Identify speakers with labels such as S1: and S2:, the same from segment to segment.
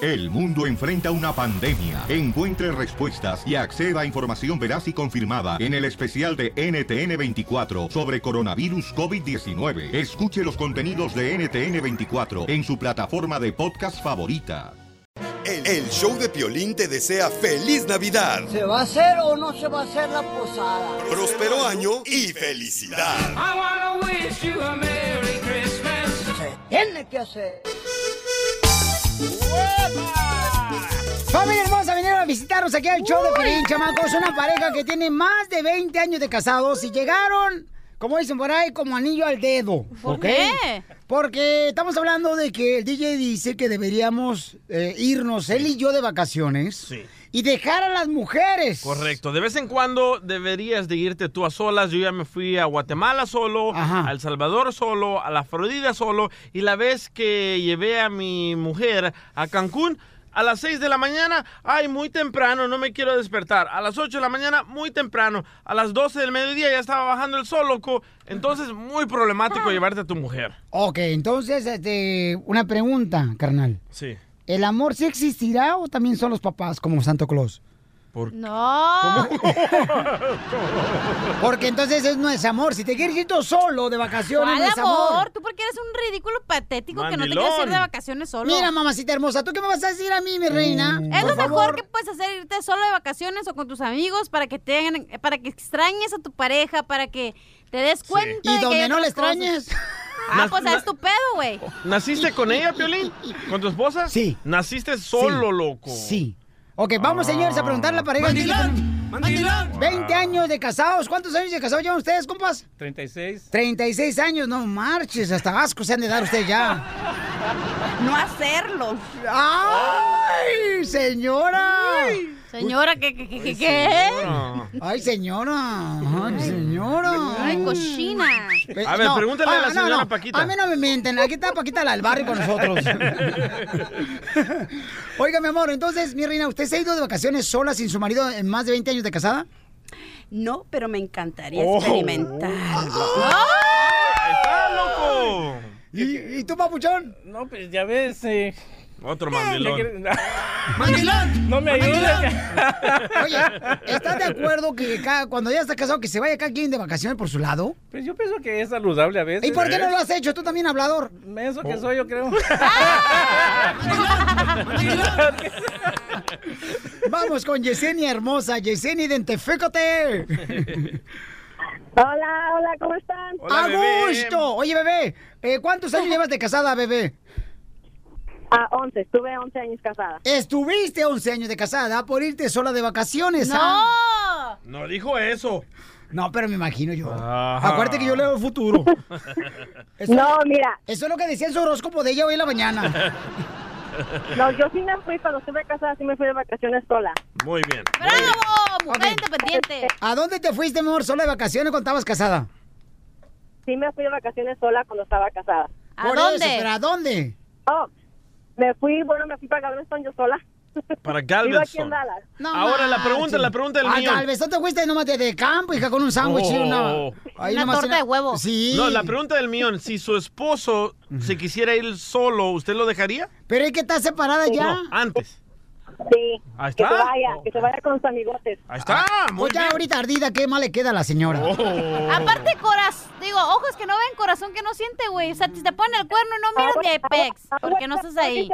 S1: El mundo enfrenta una pandemia. Encuentre respuestas y acceda a información veraz y confirmada en el especial de NTN24 sobre coronavirus COVID-19. Escuche los contenidos de NTN24 en su plataforma de podcast favorita.
S2: El, el show de Piolín te desea feliz Navidad,
S3: ¿Se va a hacer o no se va a hacer la posada?
S2: próspero año y felicidad.
S4: I wanna wish you a Merry Christmas.
S3: Se tiene que hacer.
S5: Familia hermosa, vinieron a visitarnos aquí al show de Pelín, chamacos. Una pareja que tiene más de 20 años de casados y llegaron, como dicen por ahí, como anillo al dedo.
S6: ¿Por
S5: ¿ok?
S6: qué?
S5: Porque estamos hablando de que el DJ dice que deberíamos eh, irnos, él y yo, de vacaciones. Y dejar a las mujeres.
S7: Correcto. De vez en cuando deberías de irte tú a solas. Yo ya me fui a Guatemala solo, a El Salvador solo, a la Florida solo. Y la vez que llevé a mi mujer a Cancún, a las 6 de la mañana, ay, muy temprano, no me quiero despertar. A las 8 de la mañana, muy temprano. A las 12 del mediodía ya estaba bajando el sol, loco. Entonces, muy
S5: Ah.
S7: problemático llevarte a tu mujer.
S5: Ok, entonces, este, una pregunta, carnal.
S7: Sí.
S5: ¿El amor sí existirá o también son los papás como Santo Claus?
S6: No.
S5: Porque entonces eso no es amor. Si te quieres ir tú solo de vacaciones,
S6: ¿Cuál
S5: no es amor.
S6: amor? ¿Tú porque eres un ridículo patético que no te quieres
S5: Mandilón.
S6: ir de vacaciones solo? Mm,
S5: Mira, mamacita hermosa, ¿tú qué me vas a decir a mí, mi reina?
S6: Es
S5: Por
S6: lo
S5: favor.
S6: mejor que puedes hacer irte solo de vacaciones o con tus amigos para que te hagan- para que extrañes a tu pareja, para que te des cuenta.
S5: Y
S6: de que
S5: donde
S6: hay
S5: no la
S6: otras cosas.
S5: extrañes.
S6: Ah,
S7: Nas-
S6: pues
S7: na-
S6: es tu pedo, güey.
S7: ¿Naciste con ella, Piolín? ¿Con tu esposa? Sí. ¿Naciste solo, loco? Ah,
S5: Sí. Ok, vamos, señores, a preguntar a la pareja.
S8: ¡Mandilón!
S5: 20 años de casados. ¿Cuántos años de casados llevan ustedes, compas?
S8: 36.
S5: 36 años, no marches, hasta asco se han de dar ustedes ya.
S6: No hacerlo.
S5: Ah. ¡Ay, señora!
S6: Señora, ¿qué? ¿Qué? qué, qué, qué?
S5: ¡Ay, señora! ¡Ay, señora!
S6: Ay, cochina.
S5: Eh,
S7: A ver, pregúntale a la señora Paquita.
S5: A mí no me mienten, aquí está Paquita la del barrio con nosotros. Oiga, mi amor, entonces, mi reina, ¿usted se ha ido de vacaciones sola sin su marido en más de 20 años de casada?
S9: No, pero me encantaría
S5: Oh.
S9: experimentarlo.
S7: ¡Está loco!
S5: ¿Y, y tú, papuchón?
S8: No, pues ya ves.
S7: eh. Otro
S8: mandilón.
S5: ¡Mandilón!
S8: No me ayudes.
S5: Oye, ¿estás de acuerdo que cada- cuando ya estás casado que se vaya cada quien de vacaciones por su lado?
S8: Pues yo pienso que es saludable ¿eh? a veces.
S5: ¿Y por qué no lo has hecho? Tú también, hablador. Oh.
S8: Menso que soy, yo creo.
S5: Vamos con Yesenia hermosa. Yesenia, identifícate.
S10: Hola, hola, ¿cómo están?
S5: Hola, ¡A gusto! Oye, bebé, eh, ¿cuántos años llevas de casada, bebé?
S10: A 11, Ah, estuve 11 años casada.
S5: Estuviste 11 años de casada por irte sola de vacaciones.
S7: No.
S5: ¿ah?
S7: No dijo eso.
S5: No, pero me imagino yo. Acuérdate que yo leo el futuro.
S10: No, mira.
S5: Eso es lo que decía en su horóscopo de ella hoy en la mañana.
S10: No, yo sí me fui, cuando estuve casada sí me fui de vacaciones sola.
S7: Muy bien.
S6: ¡Bravo! Mujer independiente.
S5: ¿A dónde te fuiste, amor, sola de vacaciones cuando estabas casada?
S10: Sí me fui de vacaciones sola cuando estaba casada.
S5: ¿A Eso, ¿Pero a dónde?
S10: Oh, me fui, bueno, me fui para Galveston yo sola.
S7: Para
S10: Vivo aquí en
S7: Galveston.
S10: Dallas.
S7: Ahora la pregunta, la pregunta del
S5: A
S7: millón.
S5: Ah, Galveston te fuiste nomás de, de campo, hija, con un sándwich y una...
S7: Oh.
S5: ahí nomás una- Sí.
S7: No, la pregunta del millón. Si su esposo se quisiera ir solo, ¿usted lo dejaría?
S5: Pero es que está separada ya.
S7: No, antes.
S10: Sí.
S7: Ahí
S10: Que se
S7: está.
S10: vaya, que se vaya con sus amigotes.
S7: Ahí está.
S5: Pues ya ahorita ardida, qué mal le queda a la señora.
S7: Oh.
S6: Aparte, corazón, digo, ojos que no ven, corazón que no siente, güey. O sea, si te ponen el cuerno, no miras de Apex, porque no estás ahí.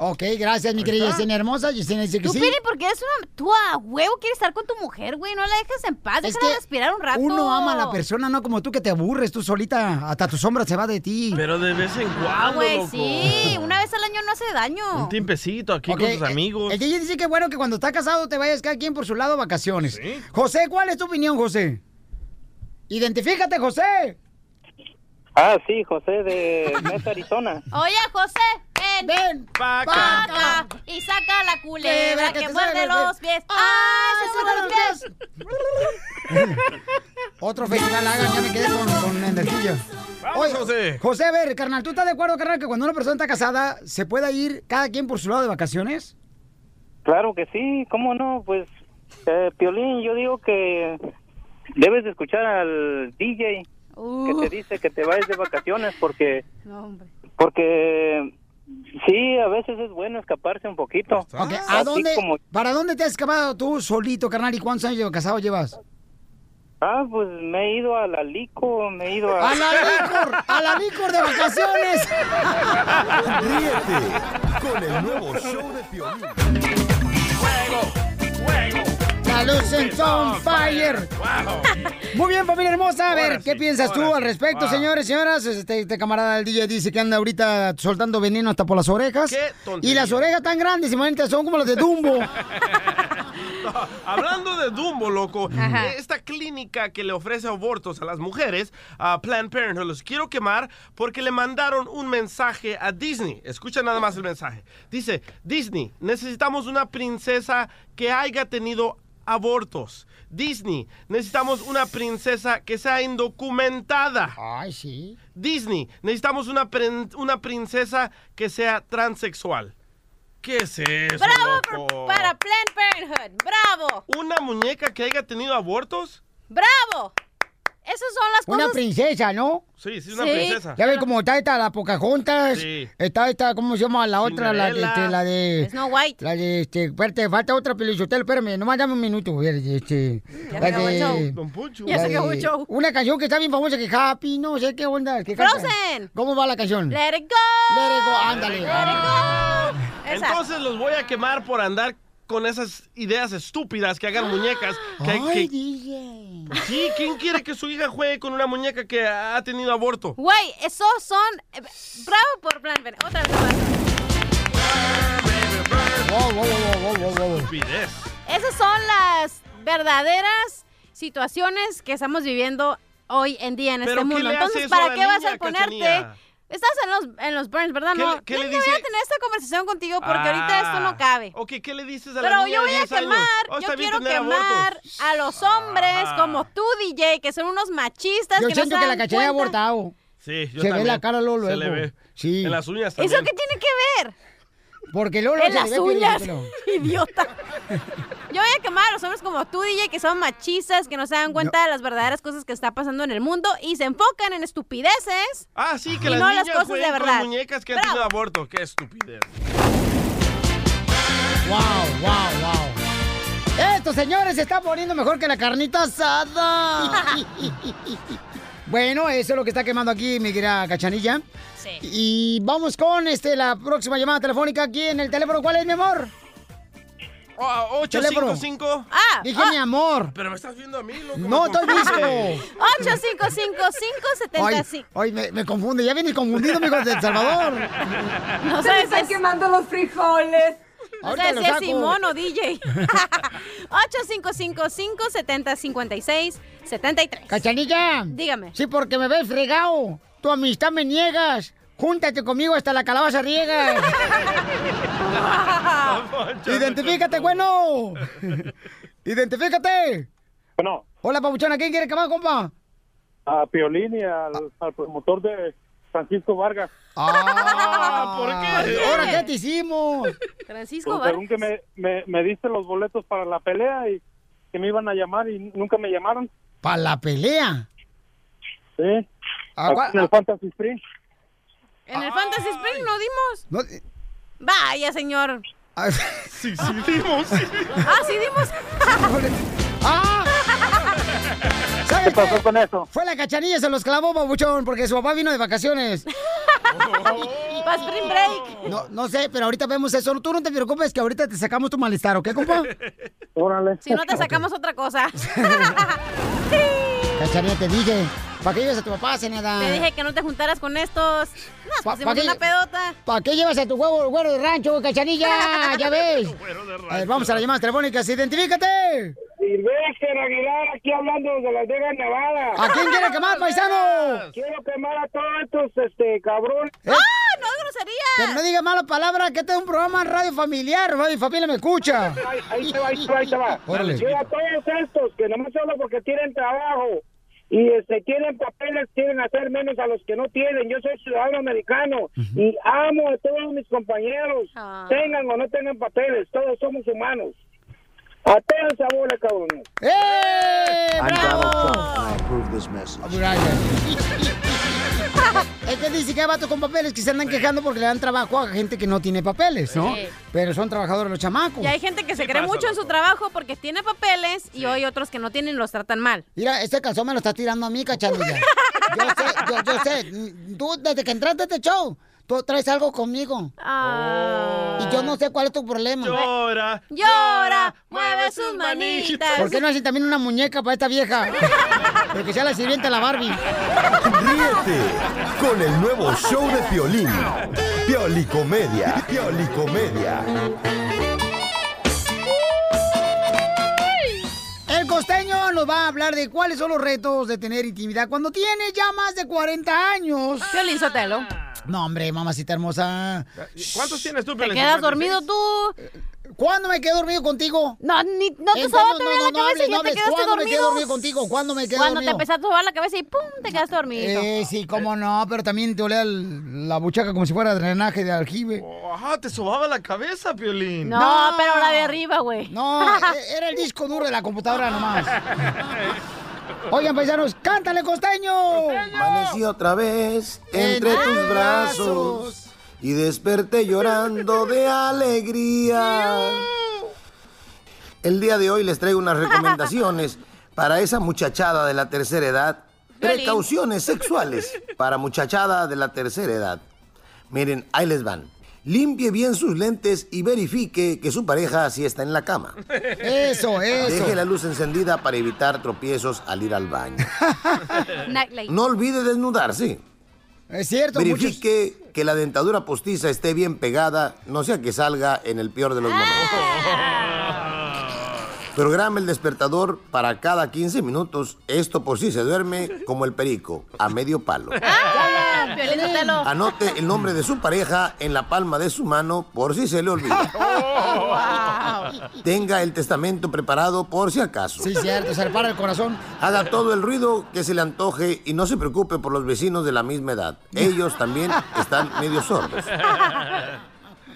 S5: Ok, gracias, mi querida Yesenia hermosa. Yesenia dice que
S6: Tú,
S5: sí.
S6: Pili, porque eres una... Tú a huevo quieres estar con tu mujer, güey. No la dejas en paz.
S5: Es
S6: déjala
S5: que
S6: respirar un rato.
S5: Uno ama a la persona, no como tú que te aburres tú solita, hasta tu sombra se va de ti.
S7: Pero de vez en
S6: Ah,
S5: Pues
S7: cuando,
S6: güey,
S7: loco.
S6: sí. Una vez al año no hace daño.
S7: Un tiempecito aquí
S5: Ok, eh,
S7: con tus amigos.
S5: El DJ dice que bueno que cuando está casado te vayas cada quien por su lado a vacaciones. José, ¿cuál es tu opinión, José? Identifícate, José.
S11: Ah, sí, José de Mesa, Arizona.
S6: Oye, José, ven.
S5: Ven.
S6: Paca. Y saca la
S5: Culebra
S6: culebra
S5: que
S6: que
S5: te sale,
S6: muerde los pies. ¡Ah, se muerde los pies!
S5: Otro festival hagan, ya me quedé con, con energía. Oye,
S7: José.
S5: José, a ver, carnal, ¿tú estás de acuerdo, carnal, que cuando una persona está casada se pueda ir cada quien por su lado de vacaciones?
S11: Claro que sí, ¿cómo no? Pues, eh, Piolín, yo digo que debes de escuchar al
S5: Uh.
S11: DJ que te dice que te vayas de vacaciones porque,
S6: No, hombre.
S11: porque Sí, a veces es bueno escaparse un poquito.
S5: Ok, ¿a
S11: Así
S5: dónde,
S11: Ah, como-
S5: ¿Para dónde te has escapado tú solito, carnal? ¿Y cuántos años de casado llevas?
S11: Ah, pues me he ido a la Lico, me he ido a...
S5: ¡A la licor! ¡A la licor de vacaciones!
S12: Ríete con el nuevo show de Piolín.
S5: ¡La luz en on fire! Muy bien, familia hermosa. A ver, ¿qué piensas tú al respecto,
S7: Wow.
S5: señores, señoras? Este, este camarada del DJ dice que anda ahorita soltando veneno hasta por las orejas.
S7: ¡Qué tontería!
S5: y las orejas tan grandes, imagínate, son como las de Dumbo.
S7: Hablando de Dumbo, loco,
S5: Ajá.
S7: esta clínica que le ofrece abortos a las mujeres, a Planned Parenthood, los quiero quemar porque le mandaron un mensaje a Disney. Escucha nada más el mensaje. Dice, Disney, necesitamos una princesa que haya tenido abortos. Disney, necesitamos una princesa que sea indocumentada.
S5: Ay, sí.
S7: Disney, necesitamos una, prin- una princesa que sea transexual. ¿Qué es eso?
S6: Bravo
S7: loco?
S6: Para Planned Parenthood, bravo,
S7: ¿Una muñeca que haya tenido abortos?
S6: bravo. Esas son las
S5: Una
S6: cosas.
S5: princesa, ¿no?
S7: Sí, sí, una princesa.
S5: Ya ves como está esta la Pocahontas,
S7: Sí.
S5: está esta, ¿cómo se llama? La otra, la de,
S7: Cinderella.
S5: este, la de...
S6: Snow White.
S5: La de, este, espérate, falta otra pelichotelo, espérame, nomás dame un minuto, espérate, este...
S6: Ya
S5: la
S6: se acabó el
S5: de-
S6: show. Don Poncho. Ya
S5: la
S6: se acabó el
S5: de-
S6: show.
S5: Una canción que está bien famosa, que Happy, no sé qué onda, que canta.
S6: Frozen.
S5: ¿Cómo va la canción?
S6: Let it go.
S5: Let it go, ándale.
S6: Esa.
S7: Entonces los voy a quemar por andar con esas ideas estúpidas que hagan muñecas. Que,
S6: Ay,
S7: que- Sí, ¿quién quiere que su hija juegue con una muñeca que ha tenido aborto?
S6: Güey, esos son. eh, Bravo por Planned Parenthood. Otra vez. otra vez.
S7: Estupidez.
S6: Esas son las verdaderas situaciones que estamos viviendo hoy en día en
S7: ¿Pero
S6: este
S7: qué
S6: mundo.
S7: le hace
S6: Entonces,
S7: eso a
S6: ¿para
S7: la
S6: qué vas
S7: niña,
S6: a ponerte?
S7: Cachanilla?
S6: Estás en los, en los burns, ¿verdad?
S7: ¿Qué
S6: no,
S7: le- qué
S6: yo
S7: le
S6: no voy a
S7: dice?
S6: tener esta conversación contigo porque ahorita esto
S7: Ah.
S6: no cabe.
S7: Ok, ¿qué le dices a la
S6: Pero
S7: niña
S6: yo
S7: de
S6: voy a
S7: 10 años?
S6: quemar,
S7: Oh,
S6: yo
S7: está bien
S6: quiero
S7: tener
S6: quemar
S7: abortos.
S6: a los hombres
S7: Ajá.
S6: como tú, DJ, que son unos machistas.
S5: Yo
S6: que no
S5: siento
S6: se
S5: que
S6: dan
S5: la cachanilla ha
S6: cuenta.
S5: abortado.
S7: Sí, yo
S5: se ve
S7: también.
S5: la cara luego,
S7: Se le
S5: luego.
S7: ve.
S5: Sí.
S7: En las uñas
S6: ¿Eso
S7: también.
S6: qué tiene que ver?
S5: Porque Lolo
S6: en
S5: se
S6: las
S5: le ve
S6: uñas,
S5: piolín,
S6: idiota. Yo voy a quemar a los hombres como tú, DJ, que son machistas, que no se dan cuenta de las verdaderas cosas que está pasando en el mundo y se enfocan en estupideces.
S7: Ah, sí, que
S6: y
S7: las
S6: no
S7: niñas
S6: las cosas de
S7: jueguen
S6: verdad.
S7: con muñecas que han tenido aborto. Qué estupidez.
S5: Wow, wow, wow. Esto, señores, se está poniendo mejor que la carnita asada. bueno, eso es lo que está quemando aquí mi querida Cachanilla.
S6: Sí.
S5: Y vamos con este la próxima llamada telefónica aquí en el teléfono. ¿Cuál es, mi amor? Teléfono.
S7: 855.
S6: Ah,
S5: Dije, mi amor.
S7: Pero me estás viendo a mí, loco.
S5: No,
S7: me
S5: estoy
S7: confundiste.
S5: listo.
S6: 855-575.
S5: Ay, ay, me, me confunde. Ya vienes confundido, mijo, de El Salvador.
S6: No sé,
S5: están
S6: quemando los frijoles. No
S5: Ahorita
S6: sé
S5: lo
S6: si es
S5: saco.
S6: Simón o DJ. 855-570-56-73.
S5: Cachanilla.
S6: Dígame.
S5: Sí, porque me ves fregado. Tu amistad me niegas. Júntate conmigo hasta la calabaza riega. Identifícate, bueno. Identifícate.
S13: Bueno.
S5: Hola, papuchón. ¿A quién quieres que va, compa?
S13: a Piolín y al, al promotor de Francisco Vargas.
S5: Ah,
S13: ¿por qué?
S5: ¿Ahora qué te hicimos?
S6: Francisco
S13: Pues, según que me, me, me diste los boletos para la pelea y que me iban a llamar y nunca me llamaron.
S5: Para la pelea.
S13: Sí.
S5: Ah,
S13: Aquí en el Fantasy Spring.
S6: En el Fantasy Spring no dimos.
S5: No, eh,
S6: Vaya, señor.
S5: sí,
S7: sí, dimos.
S6: Ah, sí dimos.
S5: Ah. ¿Sabes
S13: ¿Qué pasó con eso?
S5: Fue la cachanilla, se los clavó, babuchón, porque su papá vino de vacaciones.
S6: Pa' Spring Break.
S5: No, no sé, pero ahorita vemos eso. Tú no te preocupes que ahorita te sacamos tu malestar, ¿ok, compa?
S13: Órale.
S6: Si no te sacamos otra cosa.
S5: Cachanilla, te dije. ¿Para qué llevas a tu papá, Ceneda?
S6: Te dije que no te juntaras con estos. Nos
S5: Pa- pa'
S6: pusimos
S5: que-
S6: una pedota.
S5: ¿Para qué llevas a tu huevo, güero de rancho, cachanilla? Ya ves. A ver, vamos a las llamadas telefónicas. ¡Identifícate!
S14: Silvestre Aguilar, aquí hablando desde Las Vegas, Nevada.
S5: ¿A quién quiere quemar, paisano? Eh,
S14: Quiero quemar a todos estos, este, cabrón.
S6: ¡Ah, no grosería!
S5: Pero no diga malas palabras, que este es un programa radio familiar, radio familia me escucha.
S14: Ahí, ahí te va, ahí te va, ahí te va.
S5: Órale.
S14: Quiero a todos estos que nomás solo porque tienen trabajo y este tienen papeles quieren hacer menos a los que no tienen. Yo soy ciudadano americano y amo a todos mis compañeros, tengan o no tengan papeles, todos somos humanos. A todos esa bola, cabrones.
S5: ¡Eh!
S12: I'm Donald Trump and I approve this message.
S5: Gracias. Es que dice que hay vatos con papeles que se andan quejando porque le dan trabajo a gente que no tiene papeles, ¿no?
S6: Sí.
S5: Pero son trabajadores los chamacos.
S6: Y hay gente que se cree mucho en su trabajo porque tiene papeles y hoy otros que no tienen los tratan mal.
S5: Mira, este calzón me lo está tirando a mí, cachanilla. Yo sé, yo, yo sé. Tú, desde que entraste a este show, tú traes algo conmigo. Y yo no sé cuál es tu problema.
S7: Llora,
S6: Ah. llora, mueve sus manitas.
S5: ¿Por qué no hacen también una muñeca para esta vieja? Pero que sea la sirvienta la Barbie.
S2: Ríete con el nuevo show de Piolín. Piolicomedia. Piolicomedia.
S5: El costeño nos va a hablar de cuáles son los retos de tener intimidad cuando tiene ya más de 40 años.
S6: Piolín Sotelo.
S5: No, hombre, mamacita hermosa.
S7: Eh, ¿Cuántos tienes tú,
S6: ¿Te
S7: Piolín?
S6: quedas dormido tú?
S5: ¿Cuándo me quedé dormido contigo?
S6: No, ni, no te
S5: Entonces,
S6: sobaba
S5: no,
S6: todavía
S5: no,
S6: la
S5: no
S6: cabeza
S5: hables,
S6: y
S5: no
S6: ya te
S5: hables.
S6: quedaste
S5: ¿Cuándo me
S6: dormido.
S5: quedé dormido contigo? ¿Cuándo me quedé
S6: Cuando te
S5: dormido?
S6: empezaste a sobar la cabeza y ¡pum! te quedaste dormido.
S5: Eh, sí, cómo no, pero también te olía el- la buchaca como si fuera drenaje de aljibe.
S7: Oh, Ajá, te sobaba la cabeza, Piolín.
S6: No, pero la de arriba, güey.
S5: No, e- era el disco duro de la computadora nomás. Oigan, paisanos, cántale, costeño.
S15: Amanecí otra vez entre
S5: En
S15: tus
S5: tus
S15: brazos y desperté llorando de alegría. El día de hoy les traigo unas recomendaciones para esa muchachada de la tercera edad. Precauciones sexuales para muchachada de la tercera edad. Miren, ahí les van. Limpie bien sus lentes y verifique que su pareja sí está en la cama.
S5: Eso, eso.
S15: Deje la luz encendida para evitar tropiezos al ir al baño.
S6: Nightlight.
S15: No olvide desnudarse.
S5: Es cierto,
S15: Verifique que la dentadura postiza esté bien pegada, no sea que salga en el peor de los momentos. Programa el despertador para cada 15 minutos. Esto por si se duerme como el perico, a medio palo.
S6: Ah, Piolín Sotelo.
S15: Anote el nombre de su pareja en la palma de su mano por si se le olvida. Tenga el testamento preparado por si acaso.
S5: Sí, cierto, se le para el corazón.
S15: Haga todo el ruido que se le antoje y no se preocupe por los vecinos de la misma edad. Ellos también están medio sordos.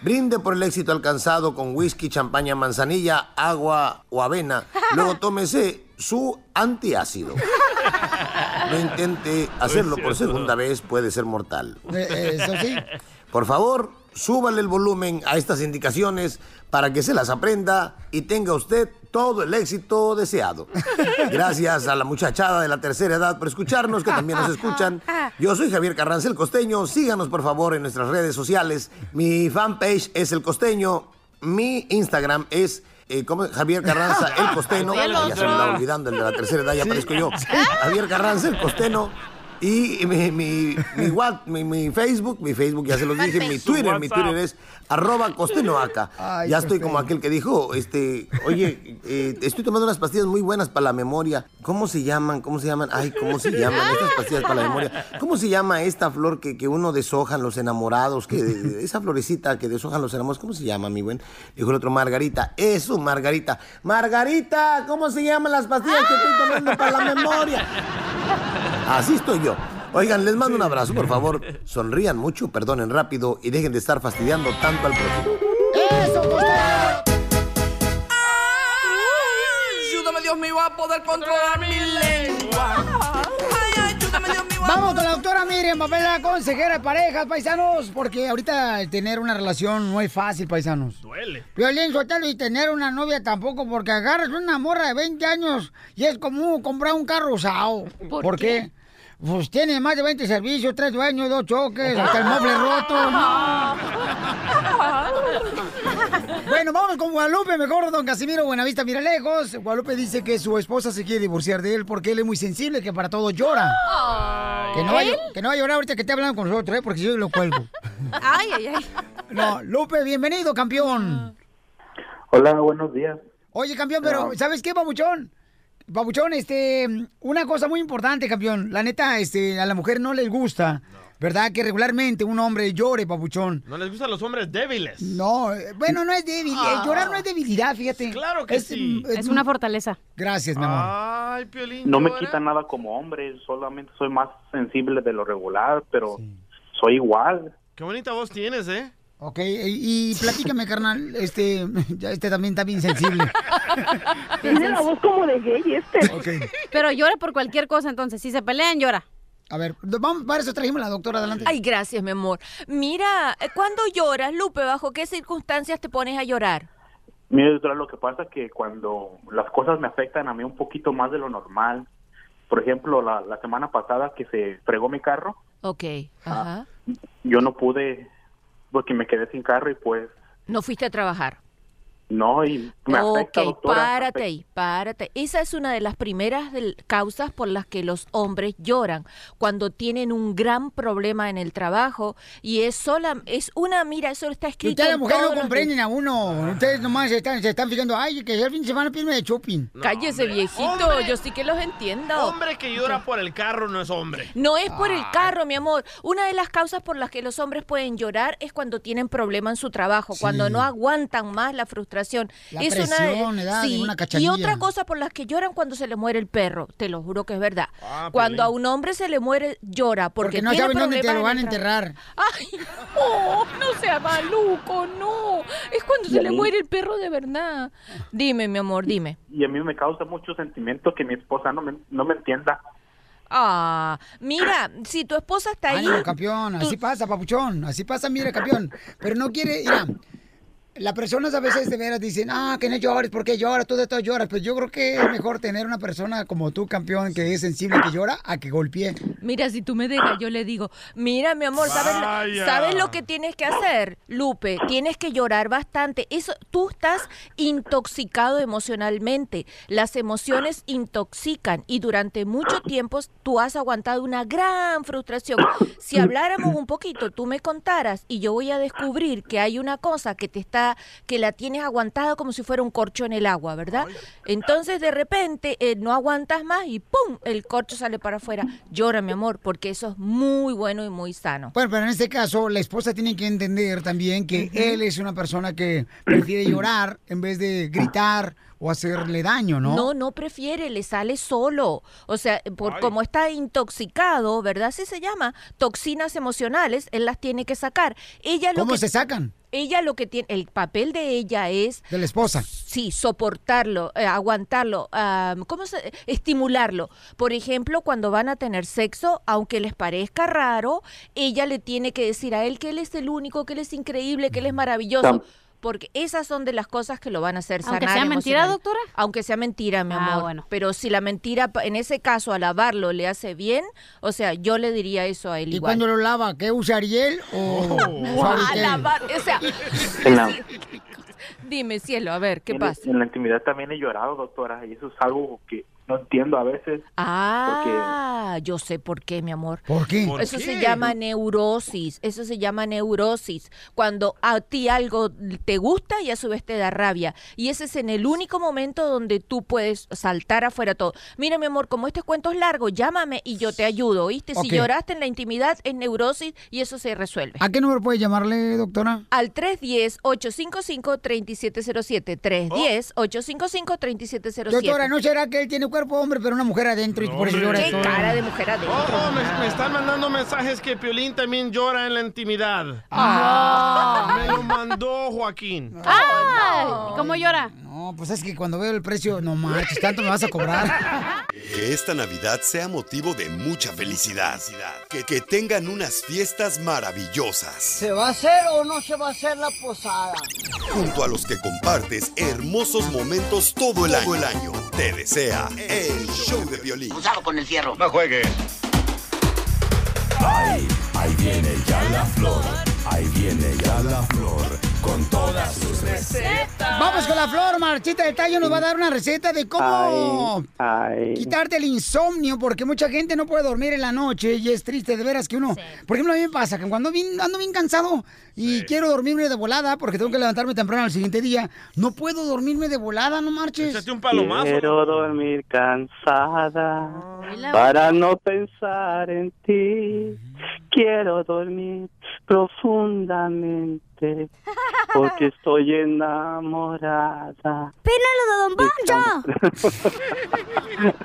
S15: Brinde por el éxito alcanzado con whisky, champaña, manzanilla, agua o avena. Luego tómese su antiácido. No intente hacerlo por segunda vez, puede ser mortal.
S5: Eh, eso sí.
S15: Por favor, súbale el volumen a estas indicaciones para que se las aprenda y tenga usted todo el éxito deseado. Gracias a la muchachada de la tercera edad por escucharnos, que también nos escuchan. Yo soy Javier Carranza el Costeño. Síganos, por favor, en nuestras redes sociales. Mi fanpage es El Costeño. Mi Instagram es eh, ¿cómo es? Javier Carranza el Costeño.
S16: El
S15: Ya se me
S16: otro.
S15: va olvidando el de la tercera edad,
S16: Sí.
S15: ya
S16: Ah.
S15: aparezco yo. Javier Carranza el Costeño. Y mi, mi, mi what- mi- mi Facebook, mi Facebook ya se los dije, mi Twitter, mi Twitter es arroba costenoaca.
S16: Ay,
S15: Ya estoy
S16: Costeño.
S15: como aquel que dijo, este, oye, eh, estoy tomando unas pastillas muy buenas para la memoria. ¿Cómo se llaman? ¿Cómo se llaman? Ay, ¿cómo se llaman estas pastillas para la memoria? ¿Cómo se llama esta flor que, que uno deshojan los enamorados? Que, esa florecita que deshojan los enamorados, ¿cómo se llama, mi buen? Dijo el otro, Margarita. Eso, Margarita. Margarita, ¿cómo se llaman las pastillas que estoy tomando para la memoria? Así estoy yo. Oigan, les mando un abrazo, por favor. Sonrían mucho, perdonen rápido y dejen de estar fastidiando tanto al prójimo.
S5: ¡Eso, costeño!
S16: Ayúdame, Dios mío, a poder controlar mi lengua.
S5: Vamos con la doctora Miriam Papela, consejera de parejas, paisanos, porque ahorita tener una relación no es fácil, paisanos.
S7: Duele.
S5: Violín Sotelo y tener una novia tampoco, porque agarras una morra de 20 años y es como uh, comprar un carro usado.
S16: ¿Por
S5: qué? Pues tiene más de 20 servicios, tres dueños, dos choques, hasta el mueble roto. Bueno, vamos con Guadalupe, mejor don Casimiro Buenavista, mira lejos. Guadalupe dice que su esposa se quiere divorciar de él porque él es muy sensible, que para todo llora. Que no, va, a
S16: ¿Él?
S5: llo- que no va a llorar ahorita que esté hablando con nosotros, ¿eh? porque yo lo cuelgo.
S6: Ay, ay, ay.
S5: No, Lupe, bienvenido, campeón.
S17: Hola, buenos días.
S5: Oye, campeón, pero
S17: No.
S5: ¿sabes qué, babuchón? Babuchón, este, una cosa muy importante, campeón. La neta, este, a la mujer no les gusta, ¿verdad? Que regularmente un hombre llore, babuchón.
S7: No les gustan los hombres débiles.
S5: No, eh, bueno, no es debilidad.
S7: Ah.
S5: Llorar no es debilidad, fíjate. Claro
S7: que sí. Ah,
S6: Es una fortaleza.
S5: Gracias, mi amor.
S7: Ay,
S18: Ah,
S7: Piolín.
S17: No me
S7: llora.
S17: quita nada como hombre, solamente soy más sensible de lo regular, pero soy igual.
S7: Qué bonita voz tienes, ¿eh?
S5: Ok, y, y platícame, carnal. Este, ya este también está bien sensible.
S6: Tiene la
S5: voz como de gay este. Ok.
S6: Pero llora por cualquier cosa, entonces. Si se pelean, llora.
S5: A ver, vamos, para eso trajimos a la doctora adelante.
S19: Ay, gracias, mi amor. Mira, ¿cuándo lloras, Lupe? ¿Bajo qué circunstancias te pones a llorar?
S18: Mira, doctora, lo que pasa es que cuando las cosas me afectan a mí un poquito más de lo normal, por ejemplo, la, la semana pasada que se fregó mi carro,
S19: Ok, ajá.
S18: yo no pude, porque me quedé sin carro y pues
S19: No fuiste a trabajar.
S18: no, y me afecta,
S19: ok,
S18: doctora.
S19: párate ahí, párate. Esa es una de las primeras del- causas por las que los hombres lloran cuando tienen un gran problema en el trabajo y es sola, es una, mira, eso está
S5: Y
S19: escrito.
S5: ustedes las
S19: en
S5: mujeres
S19: todos
S5: no
S19: los
S5: comprenden a uno.
S19: Ah.
S5: Ustedes nomás están, se están fijando, ay, que el fin de semana pídeme de shopping.
S19: Cállese, viejito, yo sí que los entiendo.
S7: Hombre que llora por el carro no es hombre.
S19: No es por el carro, mi amor. Una de las causas por las que los hombres pueden llorar es cuando tienen problema en su trabajo, cuando no aguantan más la frustración.
S5: La
S19: es
S5: presión, edad,
S19: Sí,
S5: una
S19: y
S5: cachanilla.
S19: otra cosa por las que lloran cuando se le muere el perro, te lo juro que es verdad.
S5: Ah,
S19: cuando
S5: Piolín.
S19: a un hombre se le muere, llora porque,
S5: Porque no
S19: tiene
S5: saben dónde te
S19: problemas
S5: lo
S19: en
S5: van a
S19: el
S5: enterrar.
S19: Oh, no sea maluco, no. Es cuando
S18: Y
S19: se
S18: a
S19: le
S18: mí-
S19: muere el perro de verdad. Dime, mi amor, dime.
S18: Y a mí me causa mucho sentimiento que mi esposa no me, no me entienda.
S19: Ah, mira, si tu esposa está ahí,
S5: Ánimo, campeón, así pasa, papuchón, así pasa, mira, campeón. Pero no quiere, mira, las personas a veces de veras dicen, ah, que no llores, porque lloras? Tú de todo lloras. Pero yo creo que es mejor tener una persona como tú, campeón, que es sensible, que llora, a que golpee.
S19: Mira, si tú me dejas, yo le digo, mira, mi amor, ¿sabes,
S5: Vaya.
S19: lo, sabes lo que tienes que hacer, Lupe? Tienes que llorar bastante. Eso, tú estás intoxicado emocionalmente. Las emociones intoxican y durante mucho tiempo tú has aguantado una gran frustración. Si habláramos un poquito, tú me contaras y yo voy a descubrir que hay una cosa que te está, que la tienes aguantada como si fuera un corcho en el agua, ¿verdad? Entonces de repente eh, no aguantas más y ¡pum! El corcho sale para afuera. Llora, mi amor, porque eso es muy bueno y muy sano.
S5: Bueno, pero en este caso, la esposa tiene que entender también que él es una persona que prefiere llorar en vez de gritar o hacerle daño, ¿no?
S19: No, no prefiere, le sale solo. O sea, por como está intoxicado, ¿verdad? Así se llama, toxinas emocionales, él las tiene que sacar. Ella lo
S5: ¿Cómo
S19: que-
S5: se sacan?
S19: Ella lo que tiene, el papel de ella es
S5: De la esposa.
S19: sí, soportarlo, eh, aguantarlo, ah, ¿cómo se? Estimularlo. Por ejemplo, cuando van a tener sexo, aunque les parezca raro, ella le tiene que decir a él que él es el único, que él es increíble, que él es maravilloso.
S6: Tam-
S19: Porque esas son de las cosas que lo van a hacer sanar.
S6: Aunque sea mentira,
S19: doctora? Aunque sea mentira, mi
S6: Ah,
S19: amor.
S6: bueno.
S19: Pero si la mentira, pa- en ese caso, alabarlo le hace bien, o sea, yo le diría eso a él
S5: ¿Y
S19: igual.
S5: cuando lo lava? ¿Qué usa Ariel o Suavitel?
S19: Alabar, o sea,
S18: En la,
S19: dime, cielo, a ver, ¿qué
S18: en la-
S19: pasa?
S18: en la intimidad también he llorado, doctora, y eso es algo que no entiendo a veces.
S19: Ah, yo sé por qué, mi amor.
S5: ¿Por qué?
S19: Eso se llama neurosis, eso se llama neurosis, cuando a ti algo te gusta y a su vez te da rabia. Y ese es en el único momento donde tú puedes saltar afuera todo. Mira, mi amor, como este cuento es largo, llámame y yo te ayudo, ¿oíste?
S5: Ok.
S19: Si lloraste en la intimidad, es neurosis y eso se resuelve.
S5: ¿A qué número puede llamarle, doctora?
S19: Al 310-855-3707. 310-855-3707.
S5: Doctora, ¿no será que él tiene cuerpo hombre, pero una mujer adentro y por eso llora?
S19: ¿Qué
S5: todo?
S19: cara de mujer adentro?
S7: Oh, me, me están mandando mensajes que Piolín también llora en la intimidad.
S5: Ah.
S7: Me lo mandó Joaquín.
S5: ¿Cómo llora? No, pues es que cuando veo el precio, no marches, tanto me vas a cobrar.
S2: Que esta Navidad sea motivo de mucha felicidad. Que, que tengan unas fiestas maravillosas.
S3: ¿Se va a hacer o no se va a hacer la posada?
S2: Junto a los que compartes hermosos momentos todo el año. Todo el año. Te desea el show de violín. Usado con el cierro. No juegues.
S12: Ay, ahí viene ya la flor. Ahí viene ya la flor. Con todas sus recetas.
S5: Vamos con la flor, Marchita del Tallo nos va a dar una receta de cómo
S20: Ay,
S5: quitarte el insomnio, porque mucha gente no puede dormir en la noche y es triste, de veras que uno... Por ejemplo, a mí me pasa que cuando bien- ando bien cansado y quiero dormirme de volada porque tengo que levantarme temprano al siguiente día, no puedo dormirme de volada, no marches.
S20: Quiero dormir cansada para no pensar en ti. Quiero dormir profundamente porque estoy enamorada.
S4: ¡Pínalo de Don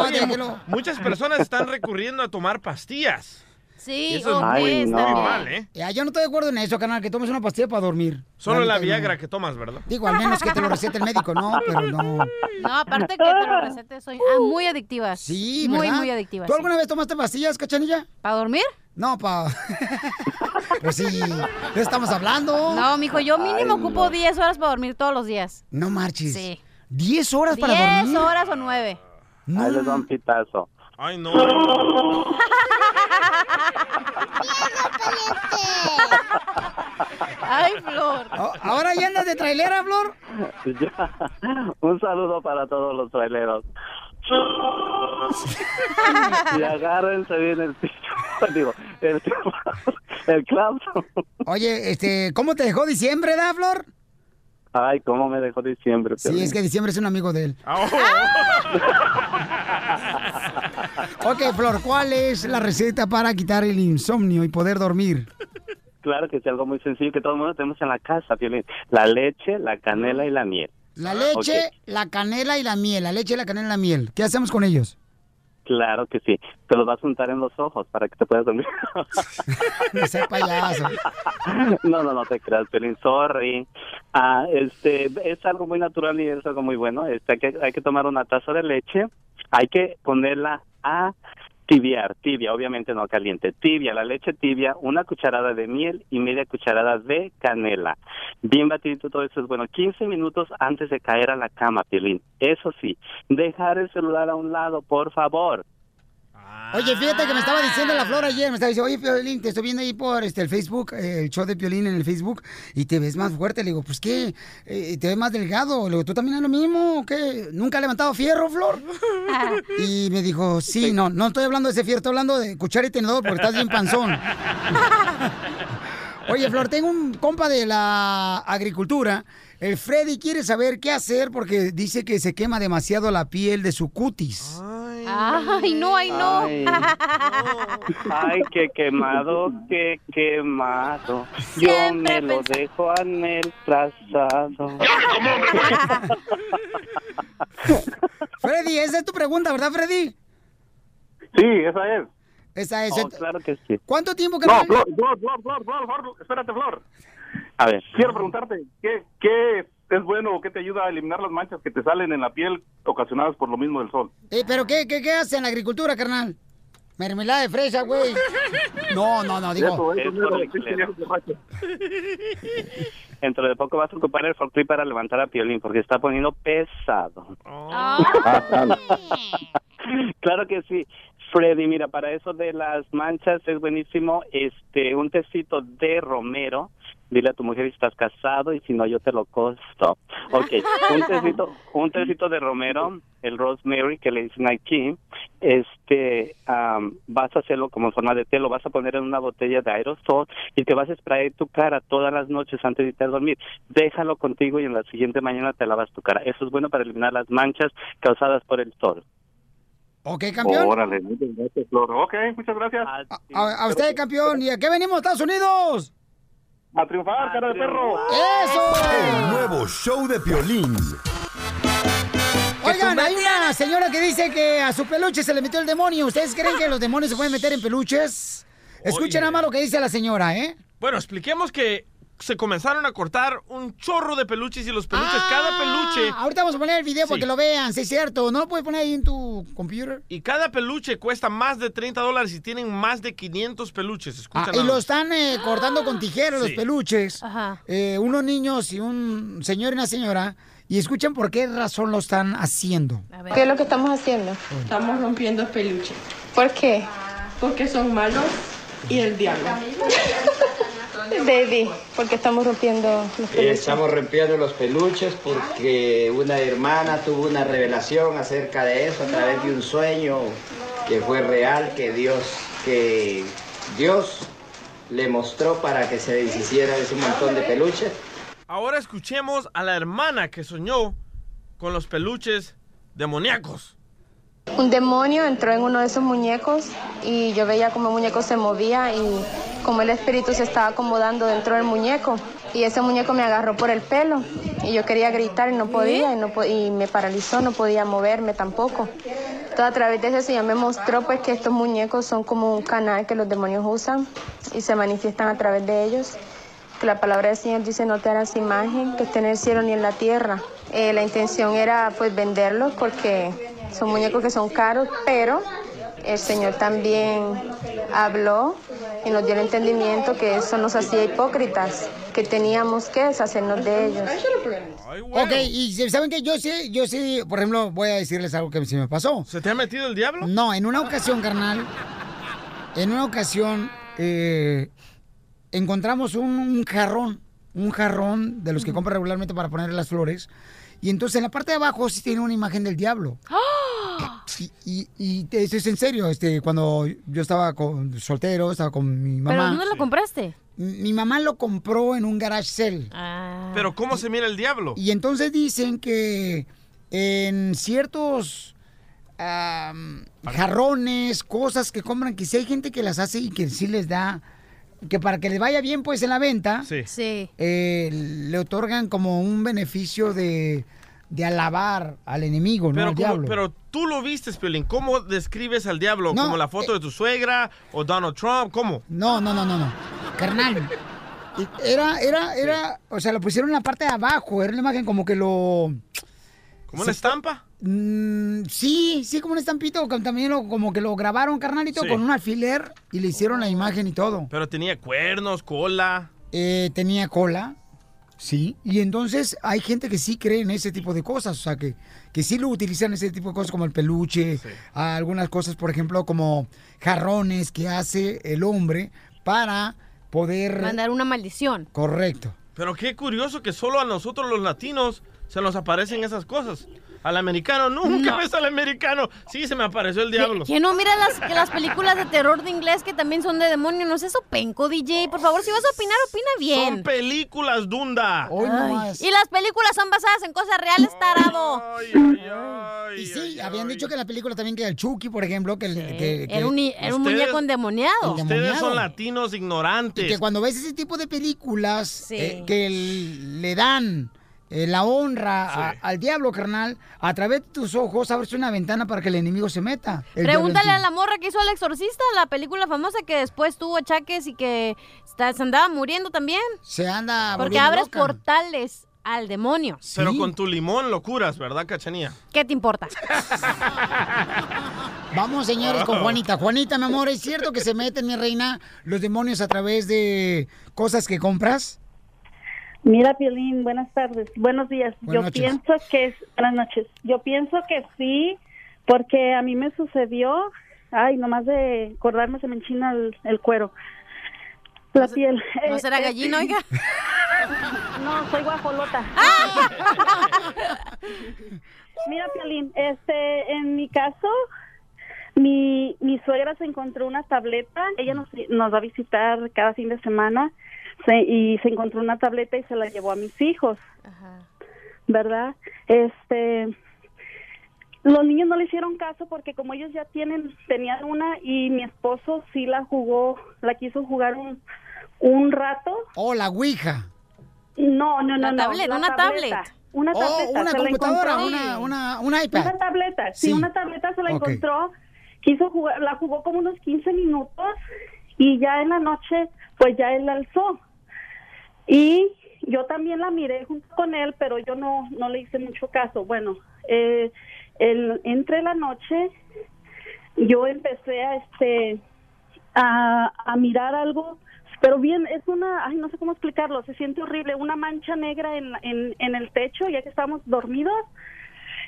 S7: Oye, mu- muchas personas están recurriendo a tomar pastillas.
S6: Sí,
S7: Y eso es
S5: o
S7: muy
S5: Pez también.
S7: normal, ¿eh?
S5: Ya, yo no estoy de acuerdo en eso, canal, que tomes una pastilla para dormir.
S7: Solo la
S5: neta,
S7: Viagra
S5: no.
S7: que tomas, ¿verdad?
S5: Digo, al menos que te lo recete el médico, ¿no? Pero no.
S6: No, aparte que te lo receté, soy ah, muy adictiva.
S5: Uh. Sí,
S6: Muy,
S5: ¿verdad?
S6: muy adictiva.
S5: ¿Tú
S6: sí.
S5: alguna vez tomaste pastillas, cachanilla?
S6: ¿Para dormir?
S5: No, para. pues sí, ¿de estamos hablando?
S6: No, mijo, yo mínimo ocupo 10 horas para dormir todos los días.
S5: No marches.
S6: Sí.
S5: 10 horas para
S6: 10
S5: dormir.
S6: horas o 9.
S5: No.
S13: Ahí les da un pitazo.
S7: Ay, no.
S6: Ay, Flor.
S5: Ahora ya andas de trailera, Flor.
S13: un saludo para todos los traileros. Y agárrense bien el picho. Digo, el, el clavo.
S5: Oye, este, ¿cómo te dejó diciembre, da, Flor?
S13: Ay, cómo me dejó diciembre.
S5: Sí,
S13: Piolín.
S5: es que diciembre es un amigo de él. Ok, Flor, ¿cuál es la receta para quitar el insomnio y poder dormir?
S13: Claro que es algo muy sencillo que todo el mundo tenemos en la casa, Piolín. La leche, la canela y la miel.
S5: La leche,
S13: Ok,
S5: la canela y la miel. La leche, la canela y la miel. ¿Qué hacemos con ellos?
S13: claro que sí. Te los vas a untar en los ojos para que te puedas dormir.
S5: No sé, payaso.
S13: No, no, no te creas, Pelín, sorry. Ah, este, es algo muy natural y es algo muy bueno. Este, hay, que, hay que tomar una taza de leche, hay que ponerla a tibiar, tibia, obviamente no caliente, tibia, la leche tibia, una cucharada de miel y media cucharada de canela. Bien batidito todo eso es bueno, 15 minutos antes de caer a la cama, Pelín. Eso sí, dejar el celular a un lado, por favor.
S5: Oye, fíjate que me estaba diciendo la Flor ayer, me estaba diciendo, oye, Piolín, te estoy viendo ahí por este, el Facebook, eh, el show de Piolín en el Facebook, y te ves más fuerte. Le digo, pues qué, Eh, te ves más delgado. Le digo, ¿tú también es lo mismo? o ¿Qué? ¿Nunca has levantado fierro, Flor? Y me dijo, sí, no, no estoy hablando de ese fierro, estoy hablando de cuchara y tenedor porque estás bien panzón. Oye, Flor, tengo un compa de la agricultura. El Freddy quiere saber qué hacer porque dice que se quema demasiado la piel de su cutis.
S6: Ay, no, ay, no.
S13: Ay. Ay, qué quemado, qué quemado. Yo me lo dejo en el trazado.
S5: Freddy, esa es tu pregunta, ¿verdad, Freddy?
S13: Sí, esa es.
S5: Esa es.
S13: Oh, claro que sí.
S5: ¿Cuánto tiempo que
S21: No, Flor, Flor, Flor, Flor, Flor, Flor, espérate, Flor.
S13: A ver.
S21: Quiero preguntarte, ¿qué, qué es bueno o qué te ayuda a eliminar las manchas que te salen en la piel ocasionadas por lo mismo del sol?
S5: Eh, ¿Pero qué, qué, qué hace en la agricultura, carnal? Mermelada de fresa, güey. No, no, no, digo.
S13: Eso, eso, mero, Dentro de poco vas a ocupar el forklift para levantar a Piolín porque está poniendo pesado. Ah, claro que sí. Freddy, mira, para eso de las manchas es buenísimo este un tecito de romero. Dile a tu mujer si estás casado y si no yo te lo costo. Ok, un tecito, un tecito de romero, el rosemary que le dicen aquí, este, am, vas a hacerlo como en forma de té, lo vas a poner en una botella de aerosol y te vas a sprayar tu cara todas las noches antes de irte a dormir. Déjalo contigo y en la siguiente mañana te lavas tu cara. Eso es bueno para eliminar las manchas causadas por el sol.
S5: Ok, campeón.
S13: Órale, muchas gracias, Flor. Ok, muchas gracias.
S5: A, a usted, campeón. ¿Y a qué venimos, Estados Unidos?
S21: A triunfar, cara de perro.
S5: ¡Eso!
S2: Nuevo show de Piolín.
S5: Oigan, hay una señora que dice que a su peluche se le metió el demonio. ¿Ustedes creen que los demonios se pueden meter en peluches? Escuchen nada más lo que dice la señora, ¿eh?
S7: Bueno, expliquemos que se comenzaron a cortar un chorro de peluches y los peluches, cada peluche...
S5: Ah, ahorita vamos a poner el video
S7: Sí.
S5: para que lo vean, sí es cierto. ¿No lo puedes poner ahí en tu computer?
S7: Y cada peluche cuesta más de 30 dólares y tienen más de 500 peluches. Escucha
S5: Ah,
S7: nada
S5: y lo
S7: más.
S5: están eh, cortando con tijeras los
S7: Sí.
S5: peluches. Eh, unos niños y un señor y una señora. Y escuchen por qué razón lo están haciendo.
S22: ¿Qué es lo que estamos haciendo? Estamos rompiendo peluches. ¿Por qué? Porque son malos y el diablo. Baby, porque estamos rompiendo los
S18: Eh,
S22: peluches.
S18: Estamos rompiendo los peluches porque una hermana tuvo una revelación acerca de eso a través de un sueño que fue real, que Dios, que Dios le mostró para que se deshiciera de ese montón de peluches.
S7: Ahora escuchemos a la hermana que soñó con los peluches demoníacos.
S22: Un demonio entró en uno de esos muñecos y yo veía como el muñeco se movía y como el espíritu se estaba acomodando dentro del muñeco. Y ese muñeco me agarró por el pelo y yo quería gritar y no podía y, no po- y me paralizó, no podía moverme tampoco. Todo a través de ese señor me mostró pues que estos muñecos son como un canal que los demonios usan y se manifiestan a través de ellos. Que la palabra del Señor dice no te harás imagen que esté en el cielo ni en la tierra. Eh, la intención era pues venderlos porque son muñecos que son caros, pero el Señor también habló y nos dio el entendimiento que eso nos hacía hipócritas, que teníamos que deshacernos de ellos.
S5: Ok, y si- ¿saben que Yo sí, yo sí, por ejemplo, voy a decirles algo que se me pasó.
S7: ¿Se te ha metido el diablo?
S5: No, en una ocasión, carnal, en una ocasión eh, encontramos un, un jarrón, un jarrón de los que compra regularmente para poner las flores, y entonces en la parte de abajo sí tiene una imagen del diablo.
S19: 啊
S5: Y, y, y te- eso es en serio, este, cuando yo estaba con- soltero, estaba con mi mamá.
S6: ¿Pero dónde lo compraste?
S5: Mi mamá lo compró en un garage sale.
S7: Pero ¿cómo se mira el diablo?
S5: Y entonces dicen que en ciertos am, jarrones, cosas que compran, que sí hay gente que las hace y que sí les da, que para que les vaya bien pues en la venta,
S7: Sí.
S5: eh, le otorgan como un beneficio de, de alabar al enemigo, ¿no?
S7: Pero,
S5: al
S7: como-
S5: diablo.
S7: pero tú lo viste, Piolín. ¿Cómo describes al diablo?
S5: No,
S7: ¿Como la foto
S6: eh,
S7: de tu suegra o Donald Trump? ¿Cómo?
S5: No, no, no, no, no. Carnal. Y Era, era, era, o sea, lo pusieron en la parte de abajo, era una imagen como que lo... mm,
S7: ¿Como una estampa?
S5: sí, sí, como un estampito, que también lo- como que lo grabaron, carnalito,
S7: Sí.
S5: con un alfiler y le hicieron la imagen y todo.
S7: Pero tenía cuernos, cola.
S5: Eh, tenía cola, sí, y entonces hay gente que sí cree en ese tipo de cosas, o sea, que, que sí lo utilizan ese tipo de cosas como el peluche, a algunas cosas, por ejemplo, como jarrones que hace el hombre para poder...
S6: Mandar una maldición.
S5: Correcto.
S7: Pero qué curioso que solo a nosotros los latinos se nos aparecen esas cosas. Al americano, nunca
S6: No.
S7: ves al americano. Sí, se me apareció el diablo.
S6: ¿Quién no mira las, las películas de terror de inglés que también son de demonio? No seas penco, DJ. Por favor, si vas a opinar, opina bien.
S7: Son películas, Dunda.
S6: Ay, Y las películas son basadas en cosas reales, tarado.
S5: Y sí, habían dicho que la película también que el Chucky, por ejemplo, que... el- que- que-
S6: Era un, era un muñeco endemoniado.
S7: Ustedes son latinos ignorantes.
S5: Y que cuando ves ese tipo de películas eh, que l- le dan eh, la honra a- al diablo, carnal, a través de tus ojos abres una ventana para que el enemigo se meta. El diablo en
S6: Pregúntale a
S5: ti.
S6: la morra que hizo El Exorcista, la película famosa que después tuvo achaques y que está- se andaba muriendo también.
S5: Se anda
S6: Porque
S7: volviendo
S6: abres
S7: loca.
S6: portales al demonio.
S7: Pero con tu limón lo curas, ¿verdad, Cachanía?
S6: ¿Qué te importa?
S5: Vamos, señores,
S7: Ah.
S5: con Juanita. Juanita, mi amor, ¿es cierto que se meten, mi reina, los demonios a través de cosas que compras?
S10: Mira, Piolín, buenas tardes, buenos días.
S5: Buenas
S10: yo
S5: noches.
S10: pienso que es, buenas noches. Yo pienso que sí, porque a mí me sucedió, ay, nomás de acordarme se me enchina el, el cuero, la piel.
S6: ¿No
S10: Eh,
S6: será
S10: eh,
S6: gallina, oiga?
S10: No, soy guajolota.
S5: Ah.
S10: Mira, Piolín, este, en mi caso, mi, mi suegra se encontró una tableta, ella nos, nos va a visitar cada fin de semana se- y se encontró una tableta y se la llevó a mis hijos, ¿verdad? Este, los niños no le hicieron caso porque como ellos ya tienen, tenían una y mi esposo sí la jugó, la quiso jugar un, un rato.
S5: O Oh, la Ouija.
S10: No, no,
S5: La
S10: no, no.
S5: tablet,
S10: la
S5: una
S10: tableta,
S5: tablet.
S10: Una
S5: Oh,
S10: tableta.
S5: una
S10: se la
S5: computadora,
S10: encontró.
S5: una- una- una iPad.
S10: Una tableta, sí,
S5: Sí.
S10: una tableta se la
S5: Ok.
S10: encontró. Quiso jugar, la jugó como unos 15 minutos y ya en la noche, pues ya él la alzó. Y yo también la miré junto con él, pero yo no, no le hice mucho caso. Bueno, eh, el- entre la noche yo empecé a este a, a mirar algo, pero bien, es una, ay, no sé cómo explicarlo, se siente horrible, una mancha negra en, en, en el techo, ya que estábamos dormidos,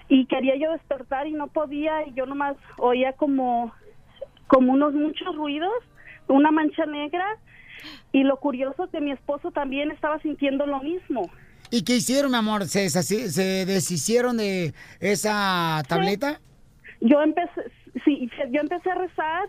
S10: y quería yo despertar y no podía, y yo nomás oía como, como unos muchos ruidos, una mancha negra, y lo curioso que mi esposo también estaba sintiendo lo mismo.
S5: ¿Y qué hicieron, mi amor? ¿Se, deshaci- se deshicieron de esa tableta?
S10: Yo empecé, sí, yo empecé a rezar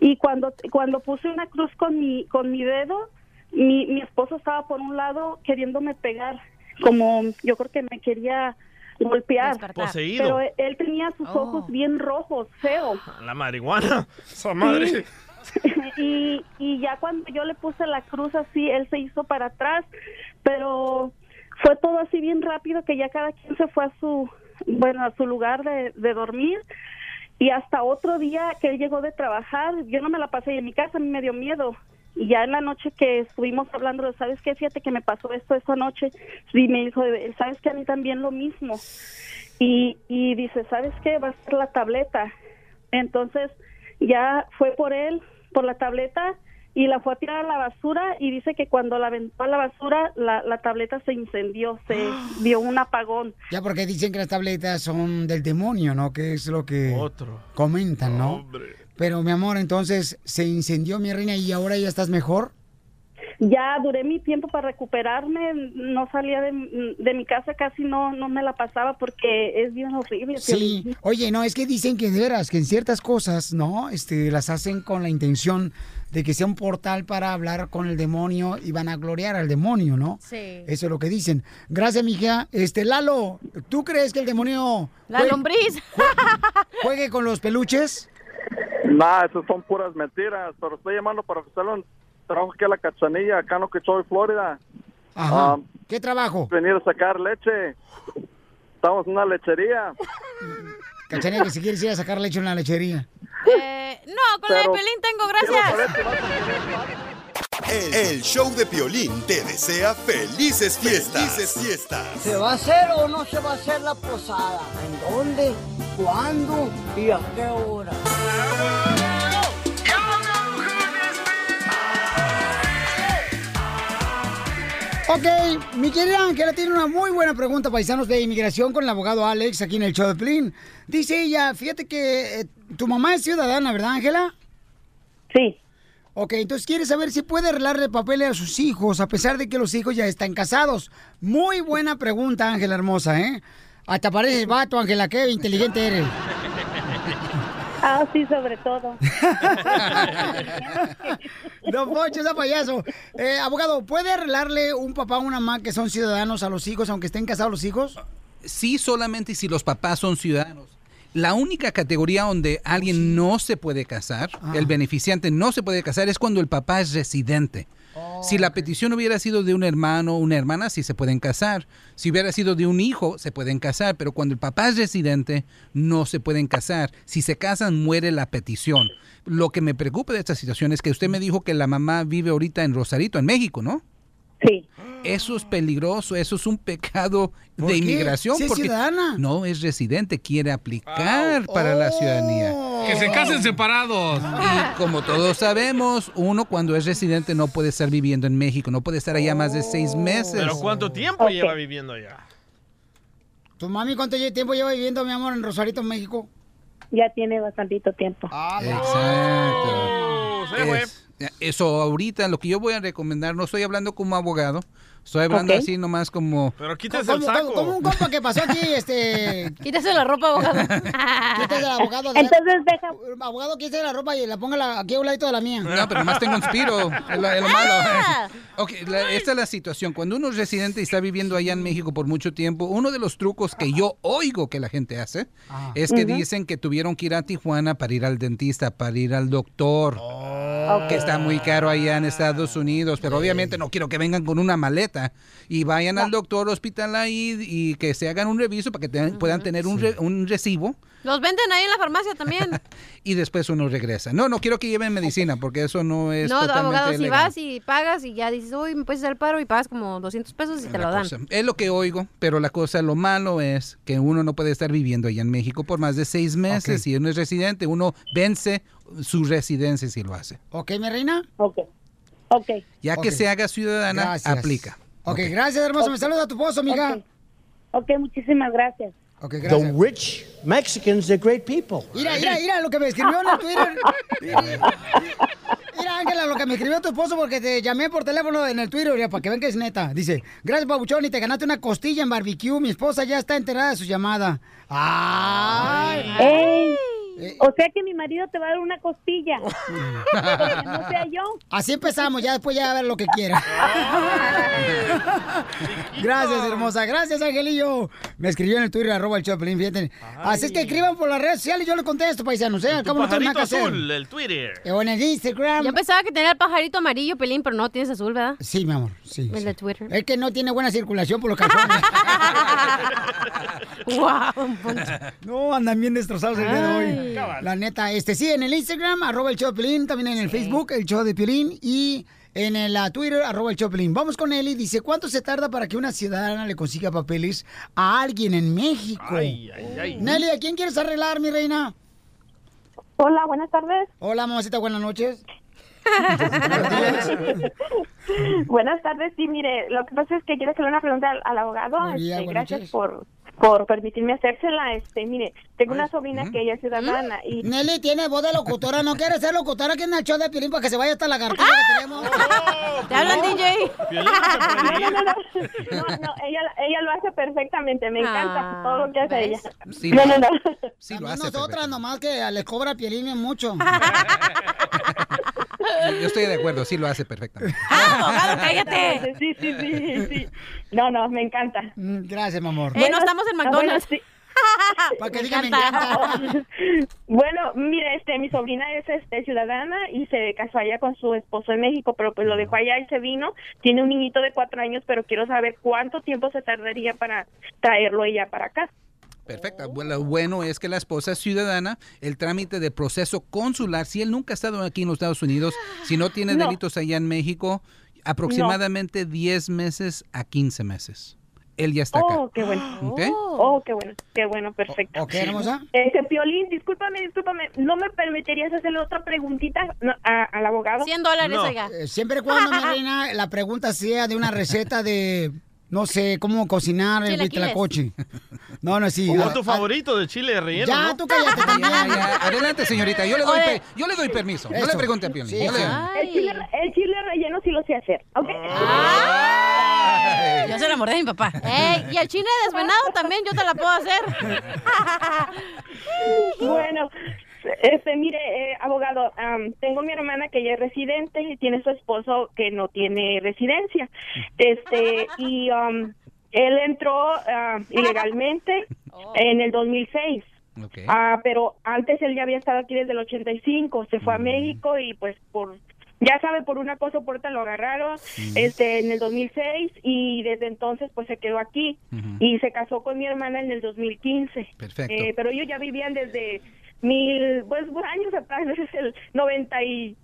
S10: y cuando cuando puse una cruz con mi con mi dedo, mi, mi esposo estaba por un lado queriéndome pegar, como yo creo que me quería golpear.
S7: Despertar. Poseído.
S10: Pero él, él tenía sus ojos bien rojos, feo.
S7: La marihuana. Esa madre.
S10: y, y ya cuando yo le puse la cruz así, él se hizo para atrás, pero fue todo así bien rápido que ya cada quien se fue a su, bueno, a su lugar de, de dormir Y hasta otro día que él llegó de trabajar, yo no me la pasé en mi casa, a mí me dio miedo. Y ya en la noche que estuvimos hablando, ¿sabes qué? Fíjate que me pasó esto esa noche. Y me dijo, ¿sabes qué? A mí también lo mismo. Y, y dice, ¿sabes qué? Va a ser la tableta. Entonces ya fue por él, por la tableta, y la fue a tirar a la basura y dice que cuando la aventó a la basura, la, la tableta se incendió, se
S5: Ah.
S10: dio un apagón.
S5: Ya porque dicen que las tabletas son del demonio, ¿no? Que es lo que comentan, ¿no? Pero mi amor, entonces se incendió mi reina y ahora ya estás mejor.
S10: Ya duré mi tiempo para recuperarme, no salía de, de mi casa, casi no, no me la pasaba porque es bien horrible.
S5: Sí, oye, no, es que dicen que de veras, que en ciertas cosas, ¿no? Este, las hacen con la intención de que sea un portal para hablar con el demonio y van a gloriar al demonio, ¿no?
S6: Sí.
S5: Eso es lo que dicen. Gracias, mija. Este, Lalo, ¿tú crees que el demonio...
S6: La lombriz.
S5: ¿Juegue con los peluches?
S13: Nah, eso son puras mentiras, pero estoy llamando para ofrecerle un trabajo aquí a la cachanilla, acá en Okeechobee, Florida.
S5: Ajá.
S13: Ah,
S5: ¿Qué trabajo?
S13: Venir a sacar leche. Estamos en una lechería.
S5: Cachanilla, que si quieres ir a sacar leche en la lechería.
S6: Eh, no, con la de
S5: Pero-
S6: Pelín tengo, gracias.
S2: El, el show de Piolín te desea felices fiestas. Felices fiestas.
S3: ¿Se va a hacer o no se va a hacer la posada? ¿En dónde? ¿Cuándo? ¿Y a qué hora?
S5: Ok, mi querida Ángela tiene una muy buena pregunta, paisanos de inmigración, con el abogado Alex aquí en el show de Plin. Dice ella, fíjate que eh, tu mamá es ciudadana, ¿verdad, Ángela?
S10: Sí.
S5: Ok, entonces quiere saber si puede arreglarle papeles a sus hijos, a pesar de que los hijos ya están casados. Muy buena pregunta, Ángela hermosa, ¿eh? Hasta pareces vato, Ángela, qué inteligente eres.
S10: Ah, sí, sobre todo.
S5: Don Poncho, esa payaso. Eh, abogado, ¿puede arreglarle un papá o una mamá que son ciudadanos a los hijos, aunque estén casados los hijos?
S1: sí solamente si los papás son ciudadanos. La única categoría donde alguien no se puede casar,
S5: Ah.
S1: el beneficiante no se puede casar, es cuando el papá es residente. si la petición hubiera sido de un hermano o una hermana, sí se pueden casar. Si hubiera sido de un hijo, se pueden casar. Pero cuando el papá es residente, no se pueden casar. Si se casan, muere la petición. Lo que me preocupa de esta situación es que usted me dijo que la mamá vive ahorita en Rosarito, en México, ¿no?
S10: Sí.
S1: Eso es peligroso, eso es un pecado de
S5: ¿Por qué?
S1: inmigración.
S5: Si es
S1: porque
S5: ciudadana. Ah,
S1: No es residente, quiere aplicar para la ciudadanía.
S5: oh.
S23: Que se casen separados.
S1: Y como todos sabemos, uno cuando es residente no puede estar viviendo en México, no puede estar allá más de seis meses.
S7: Oh, ¿Pero cuánto tiempo lleva viviendo allá?
S5: ¿Tu mami cuánto lle- tiempo lleva viviendo, mi amor, en Rosarito, México? Ah.
S10: Ya tiene bastantito tiempo.
S7: Oh,
S1: Exacto. Es- eso ahorita, lo que yo voy a recomendar, no estoy hablando como abogado, estoy hablando
S5: Ok.
S1: así nomás como...
S7: Pero
S5: ¿Cómo, cómo- cómo un compa que pasó aquí, este...
S6: Quítese la ropa, abogado.
S5: Quítese la abogado.
S10: Entonces deja...
S5: Abogado, quítese la ropa y la ponga la- aquí a un ladito de la mía.
S1: No, pero más tengo un tiro. Es lo, es lo malo. Ok, la- esta es la situación. Cuando uno es residente y está viviendo allá en México por mucho tiempo, uno de los trucos que yo oigo que la gente hace es que Ujú. dicen que tuvieron que ir a Tijuana para ir al dentista, para ir al doctor. Que está muy caro allá en Estados Unidos, pero obviamente no quiero que vengan con una maleta y vayan al doctor hospital ahí y que se hagan un reviso para que te- puedan tener un, re- un recibo
S6: Los venden ahí en la farmacia también.
S1: y después uno regresa. No, no quiero que lleven medicina porque eso no es
S6: no,
S1: totalmente
S6: abogado, si
S1: legal.
S6: vas y pagas y ya dices, uy, me puedes hacer el paro y pagas como 200 pesos y te
S1: la
S6: lo dan.
S1: cosa. Es lo que oigo, pero la cosa, lo malo es que uno no puede estar viviendo allá en México por más de seis meses. Si uno es residente, uno vence su residencia si lo hace.
S5: ¿Ok, mi reina?
S10: Ok. Ok.
S1: Ya que se haga ciudadana,
S5: Gracias.
S1: aplica.
S5: Ok, gracias, hermoso. Me saluda tu esposo, amiga.
S10: Ok, muchísimas gracias.
S5: Ok,
S15: The
S5: gracias.
S15: rich Mexicans are great people.
S5: Mira, mira, mira lo que me escribió en el Twitter. Mira, Ángela, lo que me escribió tu esposo porque te llamé por teléfono en el Twitter, mira, para que vean que es neta. Dice, gracias, Pabuchón, y te ganaste una costilla en barbecue. Mi esposa ya está enterada de su llamada. ¡Ay!
S10: Ey, O sea que mi marido te va a dar una costilla. Porque no sea yo.
S5: Así empezamos, ya después ya a ver lo que quiera. Gracias, hermosa. Gracias, Angelillo. Me escribió en el Twitter, arroba el show de Piolín, fíjate. Así es que escriban por las redes sociales y yo le contesto, paisanos, ¿eh? Al cabo no tengo nada
S7: Pajarito
S5: que hacer.
S7: azul, el Twitter.
S5: O en el Instagram.
S6: Yo pensaba que tenía el pajarito amarillo, Pelín, pero no, tienes azul, ¿verdad?
S5: Sí, mi amor, sí.
S6: El de Twitter.
S5: Es que no tiene buena circulación por los calzones.
S6: ¡Guau, Don Poncho!
S5: No, andan bien destrozados el día de
S6: Ay.
S5: hoy.
S6: Cabal.
S5: La neta, este sí, en el Instagram, arroba el show de Piolín, también en el Facebook, el show de Piolín, y en el ah, Twitter, arroba el show de Piolín. Vamos con Eli, dice, ¿cuánto se tarda para que una ciudadana le consiga papeles a alguien en México?
S6: Eh,
S5: Nelly, ¿a quién quieres arreglar, mi reina?
S8: Hola, buenas tardes.
S5: Hola, mamacita, buenas noches.
S8: Buenas tardes, sí, mire, lo que pasa es que quiero hacerle una pregunta al, al abogado. Buen día, Este, buenas gracias noches. por, por permitirme hacérsela. Este, mire, tengo una sobrina que ella es ciudadana y...
S5: Mm. Nelly tiene voz de locutora, ¿no quiere ser locutora aquí en el show de Piolín para que se vaya hasta la garganta que tenemos?
S8: ¿Te hablan, DJ?
S5: ¡Ah! ¡Oh! Piolín
S8: no, no, no, no, no, ella, ella lo hace perfectamente, me encanta todo lo que hace ella.
S5: Sí,
S8: no, no, no.
S5: También nosotras nomás que les cobra Piolín bien mucho.
S1: Yo estoy de acuerdo, sí lo hace perfectamente.
S8: cállate! Sí, sí, sí, sí. No, no, me encanta.
S5: Gracias, mi
S16: Eh,
S5: amor.
S8: Bueno, ah, bueno, sí.
S5: Para que
S8: Me
S5: digan, me
S8: encanta. Bueno, mire, este, mi sobrina es este ciudadana y se casó allá con su esposo en México, pero pues lo dejó allá y se vino. Tiene un niñito de cuatro años, pero quiero saber cuánto tiempo se tardaría para traerlo ella para acá.
S1: Perfecta. Bueno, Lo bueno es que la esposa es ciudadana, el trámite de proceso consular, si él nunca ha estado aquí en los Estados Unidos, si no tiene
S8: No.
S1: delitos allá en México, aproximadamente 10 meses a 15 meses. Él ya está acá.
S8: Oh, qué bueno.
S1: ¿Ok?
S8: Oh, qué bueno, qué bueno, perfecto.
S1: ok, hermosa.
S8: Este, Piolín, discúlpame, discúlpame, ¿no me permitirías hacerle otra preguntita no, a- al abogado? 100
S5: Eh, siempre y cuando, mi reina, la pregunta sea de una receta de, no sé, cómo cocinar el
S7: Chilaquiles.
S5: huitlacoche. No, no, sí.
S7: O
S5: a-
S7: tu
S5: a-
S7: favorito de chile relleno,
S5: Ya,
S7: ¿no?
S5: tú cállate también.
S1: Adelante, señorita. Yo le doy,
S8: Oye.
S1: pe- yo le doy permiso. No le
S8: Eso.
S1: pregunte a Piolín.
S8: Sí,
S1: Yo le-
S8: sí. El chile, el chile relleno sí lo sé hacer, ¿ok?
S6: Yo se la mordé a mi papá. Ey, y el chile desvenado también yo te la puedo hacer.
S8: Bueno, este, mire, eh, abogado, am, tengo mi hermana que ella es residente y tiene su esposo que no tiene residencia. Este, y am, él entró am, ilegalmente en el 2006. Ah, pero antes él ya había estado aquí desde el 85, se
S7: Mm.
S8: fue a México y pues por ya sabe por una cosa o por otra lo agarraron este en el 2006 y desde entonces pues se quedó aquí y se casó con mi hermana en el 2015.
S1: Perfecto.
S8: Eh, pero ellos ya vivían desde mil pues bueno, años atrás, desde el 90 y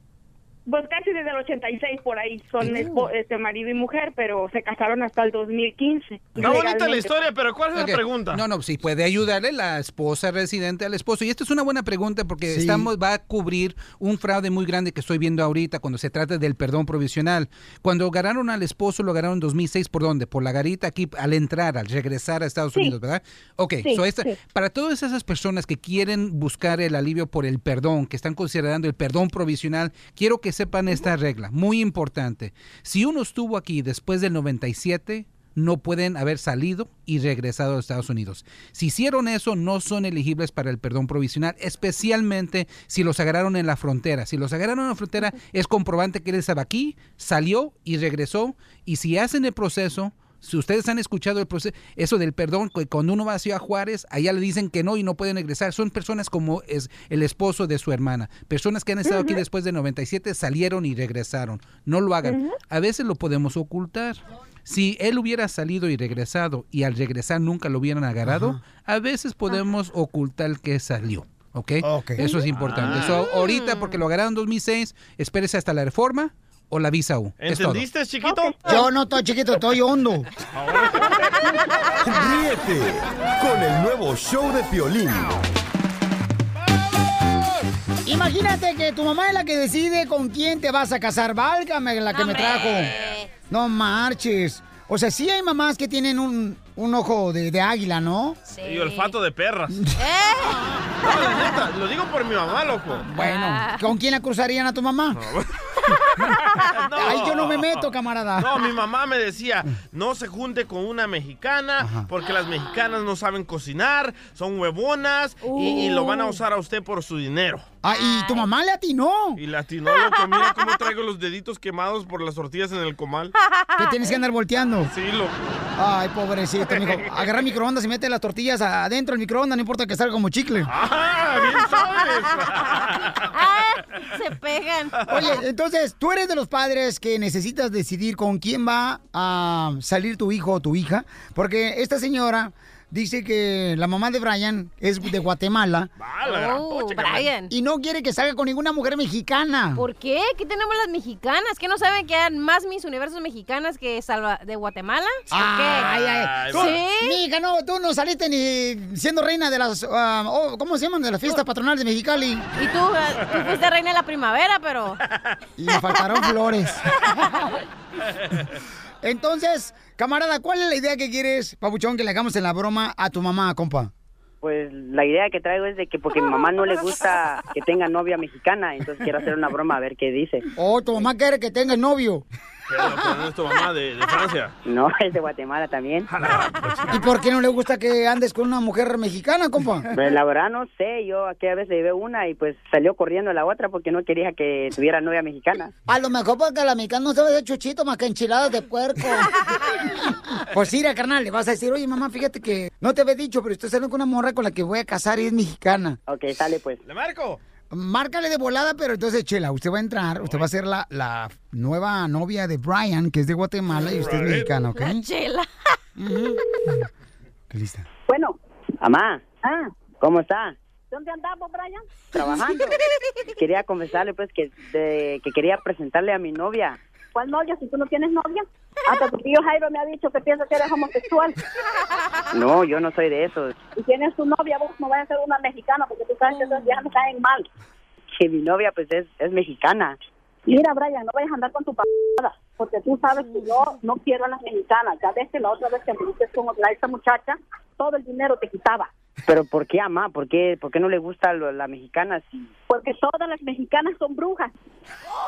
S8: pues casi desde el 86 por ahí son espo- este marido y mujer, pero se casaron hasta el 2015.
S7: Está bonita la
S8: legalmente.
S7: historia, pero ¿cuál es
S1: Ok.
S7: la pregunta?
S1: No, no, si puede ayudarle la esposa residente al esposo. Y esto es una buena pregunta porque
S7: Sí.
S1: estamos va a cubrir un fraude muy grande que estoy viendo ahorita cuando se trata del perdón provisional. Cuando agarraron al esposo, lo agarraron en 2006, ¿por dónde? Por la garita aquí al entrar, al regresar a Estados Unidos, ¿verdad? Ok,
S9: Sí,
S1: so esta-
S9: sí.
S1: para todas esas personas que quieren buscar el alivio por el perdón, que están considerando el perdón provisional, quiero que sepan esta regla, muy importante. Si uno estuvo aquí después del 97, no pueden haber salido y regresado a Estados Unidos. Si hicieron eso, no son elegibles para el perdón provisional, especialmente si los agarraron en la frontera. Si los agarraron en la frontera, es comprobante que él estaba aquí, salió y regresó. Y si hacen el proceso, si ustedes han escuchado el proceso, eso del perdón, que cuando uno va a Ciudad Juárez, allá le dicen que no y no pueden regresar. Son personas como es el esposo de su hermana, personas que han estado aquí después de 97, salieron y regresaron. No lo hagan. A veces lo podemos ocultar. Si él hubiera salido y regresado y al regresar nunca lo hubieran agarrado, a veces podemos ocultar que salió. ¿Ok? Eso es importante.
S7: Ah.
S1: So, ahorita, porque lo agarraron en 2006, espérese hasta la reforma o la visa U. Es todo.
S7: ¿Entendiste, chiquito?
S5: Yo no estoy chiquito, estoy hondo.
S12: Ríete con el nuevo show de Piolín.
S5: Imagínate que tu mamá es la que decide con quién te vas a casar. Válgame la que me trajo. No marches. O sea, sí hay mamás que tienen un, un ojo de, de águila, ¿no?
S7: Y olfato de perras.
S5: Eh.
S7: No, la neta, lo digo por mi mamá, loco. Ah.
S5: Bueno, ¿con quién la cruzarían a tu mamá? Ahí yo no me meto, camarada.
S7: No, mi mamá me decía, no se junte con una mexicana porque las mexicanas no saben cocinar, son huevonas y, y lo van a usar a usted por su dinero.
S5: Uh. Ah, y tu mamá le atinó.
S7: Y latino, loco, mira cómo traigo los deditos quemados por las tortillas en el comal.
S5: Que tienes que andar volteando.
S7: Sí, loco.
S5: Ay, pobrecito, mijo. Agarra el microondas y mete las tortillas adentro del microondas, no importa que salga como chicle.
S7: Ah, bien sabes.
S6: Ah, Se pegan.
S5: Oye, eh, entonces, tú eres de los padres que necesitas decidir con quién va a salir tu hijo o tu hija, porque esta señora dice que la mamá de Brian es de Guatemala.
S7: la gran
S6: Oh, pocha, carnal. Brian.
S5: Y no quiere que salga con ninguna mujer mexicana.
S6: ¿Por qué? ¿Qué tenemos las mexicanas? ¿Que no saben que hay más mis universos mexicanas que salva de Guatemala? ¿O qué?
S5: Ay, ay, tú,
S6: ¿Sí?
S5: Ah, Mija, no, tú no saliste ni siendo reina de las, ah, oh, ¿cómo se llaman? De las fiestas patronales de Mexicali.
S6: Y tú, eh, tú fuiste reina de la primavera, pero...
S5: Y me faltaron flores. Entonces, camarada, ¿cuál es la idea que quieres, Papuchón, que le hagamos en la broma a tu mamá, compa?
S9: Pues la idea que traigo es de que porque mi mamá no le gusta que tenga novia mexicana, entonces quiero hacer una broma a ver qué dice.
S5: Oh, tu mamá quiere que tengas novio.
S7: Pero, pero no es tu mamá pues, de, de Francia.
S9: No, es de Guatemala también.
S5: ¿Y por qué no le gusta que andes con una mujer mexicana, compa?
S9: Pues la verdad no sé, yo aquella vez le llevé una y pues salió corriendo la otra porque no quería que tuviera novia mexicana.
S5: A lo mejor porque la mexicana no sabe de chuchito más que enchiladas de puerco. pues mira, carnal, le vas a decir, oye, mamá, fíjate que no te había dicho, pero estoy saliendo con una morra con la que voy a casar y es mexicana.
S9: Ok, sale pues.
S7: ¡Le marco!
S5: Márcale de volada, pero entonces, Chela, usted va a entrar, usted va a ser la, la nueva novia de Brian, que es de Guatemala y usted es
S9: Right.
S5: mexicana, ¿ok?
S6: Chela.
S9: Bueno, mamá, ¿cómo está?
S24: ¿Dónde andamos, Brian?
S9: Trabajando. Quería confesarle pues que, de- que quería presentarle a mi novia.
S24: ¿Cuál novia? Si tú no tienes novia. Hasta tu tío Jairo me ha dicho que piensa que eres homosexual.
S9: No, yo no soy de esos.
S24: Si tienes tu novia, vos no vayas a ser una mexicana porque tú sabes que esas viejas me caen mal.
S9: Que mi novia pues es, es mexicana.
S24: Mira, Brian, no vayas a andar con tu papada porque tú sabes que yo no quiero a las mexicanas. Ya ves que la otra vez que me dices con otra esta muchacha, todo el dinero te quitaba.
S9: Pero ¿por qué, mamá? ¿Por qué, por qué no le gusta lo- la mexicana? Si,
S24: Porque todas las mexicanas son brujas.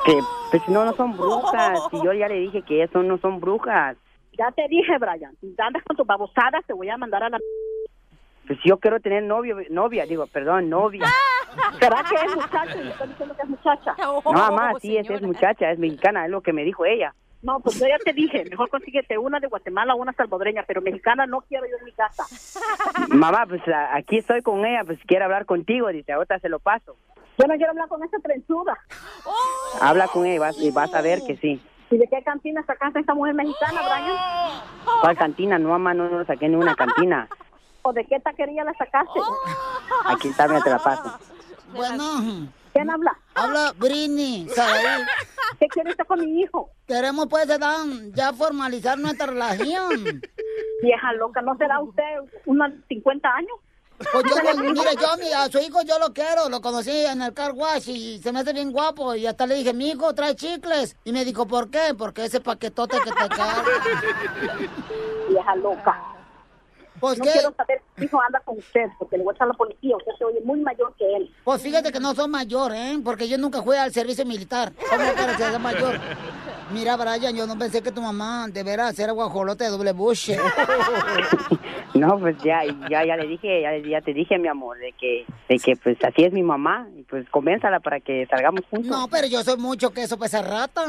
S9: que, pues no, no son brujas. Si yo ya le dije que eso no son brujas.
S24: Ya te dije, Brian, si andas con tus babosadas, te voy a mandar a la...
S9: Pues yo quiero tener novio, novia, digo, perdón, novia.
S24: ¿Será que es muchacho? Y le estoy diciendo que es muchacha.
S9: No,
S24: oh,
S9: mamá, sí, es, es muchacha, es mexicana, es lo que me dijo ella.
S24: No, pues yo ya te dije, mejor consíguete una de Guatemala o una salvadoreña, pero mexicana no quiero yo en mi casa.
S9: Mamá, pues a- aquí estoy con ella, pues quiere hablar contigo, dice, ahorita se lo paso.
S24: Yo no quiero hablar con esa trenzuda.
S9: Habla con ella y vas, y vas a ver que sí.
S24: ¿Y de qué cantina sacaste a esta mujer mexicana, Brian?
S9: ¿Cuál cantina? No, mamá, no, no saqué en una cantina.
S24: ¿O de qué taquería la sacaste?
S9: Aquí está, mira, te la paso.
S5: Bueno.
S24: ¿Quién habla?
S5: Habla Brini, Saúl.
S24: ¿Qué quieres con mi hijo?
S5: Queremos, pues, Dan, ya formalizar nuestra relación.
S24: Vieja loca, ¿no será usted unos 50 años?
S5: Pues yo, lo- mire, yo a, mi- a su hijo yo lo quiero, lo conocí en el car wash y se me hace bien guapo. Y hasta le dije, mi hijo trae chicles. Y me dijo, ¿por qué? Porque ese paquetote que te carga.
S24: Vieja loca.
S5: Pues
S24: no
S5: qué.
S24: quiero saber si mi hijo anda con usted, porque le voy a echar a la policía. Usted se oye muy mayor que él.
S5: Pues fíjate que no soy mayor, ¿eh? Porque yo nunca fui al servicio militar. ¿Cómo para que sea mayor? Mira, Brian, yo no pensé que tu mamá deberá ser guajolote de doble buche.
S9: No, pues ya, ya, ya le dije, ya, ya te dije, mi amor, de que, de que pues así es mi mamá, y pues convénzala para que salgamos juntos.
S5: No, pero yo soy mucho queso pesa rata.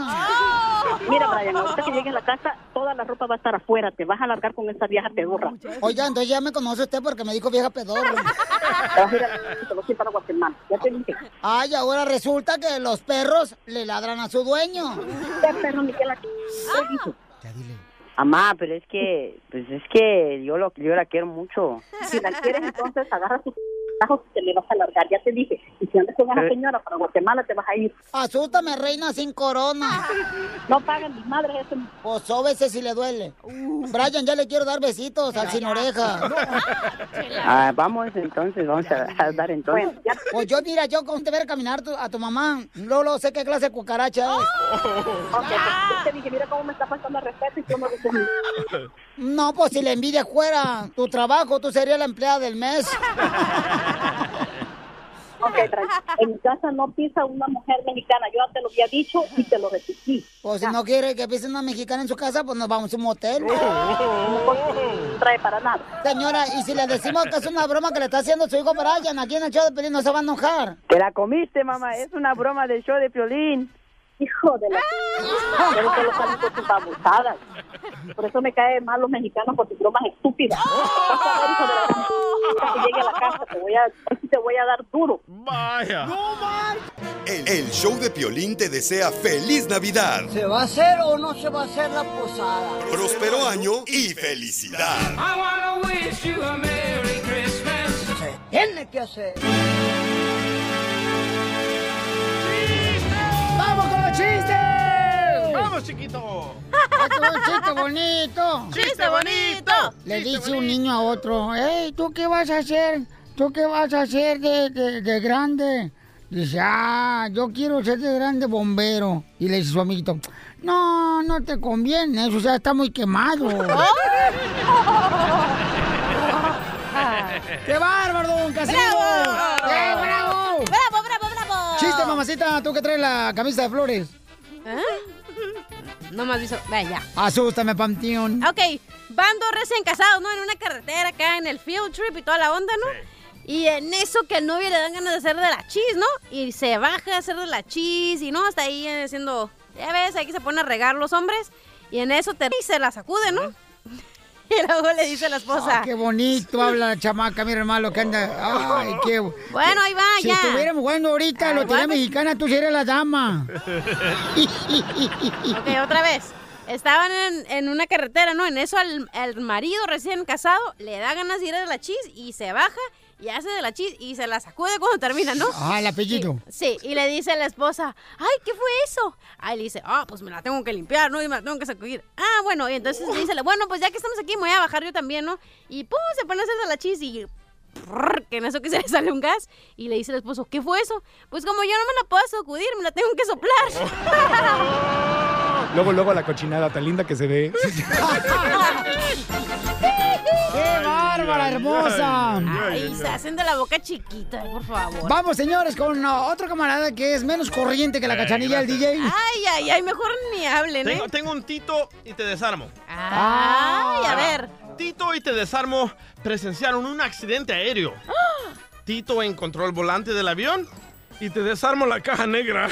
S24: Mira, Brian, ahorita que llegue a la casa, toda la ropa va a estar afuera. Te vas a largar con esa vieja pedorra.
S5: Oiga, entonces ya me conoce usted porque me dijo vieja pedorra.
S24: Te vas a ir a- Ah, te vas a ir para Guatemala. Ya te dije.
S5: Ay, ahora resulta que los perros le ladran a su dueño. Ah.
S9: Mamá, pero es que, pues es que yo lo, yo la quiero mucho.
S24: Si la quieres, entonces agarra tus tajos y te le vas a largar. Ya te dije. Y si andas con esa
S9: Eh.
S24: señora para Guatemala, te vas a ir.
S5: Asústame, reina sin corona.
S24: No pagan mis madres eso.
S5: Pues sóbese si le duele. Brian, ya le quiero dar besitos al sin oreja.
S9: Ah, vamos entonces, vamos a, a dar entonces.
S5: Pues yo, mira, yo con te ver caminar tu- a tu mamá, Lolo, sé qué clase de cucaracha es.
S24: Oh. Yo te dije, mira cómo me está faltando el respeto y tú no dices ni-
S5: No, pues si la envidia fuera tu trabajo, tú serías la empleada del mes.
S10: Ok, tranquilo. En mi casa no pisa una mujer mexicana. Yo ya te lo había dicho y te lo repetí.
S5: O Pues si no quiere que pise una mexicana en su casa, pues nos vamos a un motel.
S10: No trae para nada.
S5: Señora, y si le decimos que es una broma que le está haciendo su hijo Brian aquí en el show de Pelín, no se va a enojar.
S9: Te la comiste, mamá. Es una broma del show de Piolín. Ah.
S10: Hijo de la... Pero que lo salen con sus abusadas. Por eso me caen mal los mexicanos por tus bromas estúpidas.
S16: ¡Oh!
S10: Vas a ver, hijo de la gran puta, que llegue a la casa. Te voy a... así te voy a dar duro.
S2: Vaya. El, el show de Piolín te desea feliz Navidad,
S3: ¿Se va a hacer o no se va a hacer la posada?
S2: próspero año y felicidad.
S3: Se tiene que hacer.
S5: ¡Vamos con los chistes!
S7: ¡Vamos, chiquito!
S5: Esto es un chiste bonito.
S6: ¡Chiste bonito!
S5: Le dice un niño a otro, hey, ¿tú qué vas a hacer? ¿Tú qué vas a hacer de, de- de grande? Dice, ah, yo quiero ser de grande bombero. Y le dice su amiguito, no, no te conviene, eso ya está muy quemado. ¡Qué bárbaro, don Casimiro!
S6: ¡Bravo!
S5: ¡Qué bravo!
S6: ¡Bravo, bravo, bravo!
S5: Chiste, mamacita, tú que traes la camisa de flores.
S6: ¿Ah? No más hizo. Vaya.
S5: Asústame, panteón.
S6: Ok, van dos recién casados, ¿no? En una carretera acá en el field trip y toda la onda, ¿no? Y en eso que al novio le dan ganas de hacer de la chis, ¿no? Y se baja a hacer de la chis y no, hasta ahí eh, haciendo. Ya ves, aquí se pone a regar los hombres. Y en eso te y se la sacude, ¿no? Y luego le dice la esposa.
S5: Ah, qué bonito habla la chamaca, mira hermano lo que anda. Ay, qué
S6: Bueno, ahí va,
S5: si
S6: ya.
S5: estuviéramos jugando ahorita,
S6: Ay,
S5: lo tenía
S6: bueno.
S5: mexicana, tú sí eres la dama.
S6: Ok, otra vez. Estaban en, en una carretera, ¿no? En eso al, al marido recién casado le da ganas de ir a la chis y se baja y hace de la chis y se la sacude cuando termina, ¿no?
S5: Ah, el apellido.
S6: Sí, y le dice a la esposa, ay, ¿qué fue eso? Ahí le dice, ah, pues me la tengo que limpiar, ¿no? Y me la tengo que sacudir. Ah, bueno, y entonces le dice, bueno, pues ya que estamos aquí me voy a bajar yo también, ¿no? Y pum, se pone a hacer de la chis y prrr, que en eso que se le sale un gas. Y le dice al esposo, ¿qué fue eso? Pues como yo no me la puedo sacudir, me la tengo que soplar.
S14: Luego, luego la cochinada tan linda que se ve.
S5: ¡Qué bárbara, hermosa!
S6: Ay, se hacen de la boca chiquita, por favor.
S5: Vamos, señores, con uh, otro camarada que es menos corriente que la
S7: Eh,
S5: cachanilla, el DJ.
S7: Ah,
S6: Ay, ay, ay, mejor ni hablen, ¿eh?
S7: Tengo, tengo un Tito y te desarmo. Ah.
S6: Ay, a ver.
S7: Tito y te desarmo presenciaron un accidente aéreo. Tito encontró el volante del avión y te desarmo la caja negra.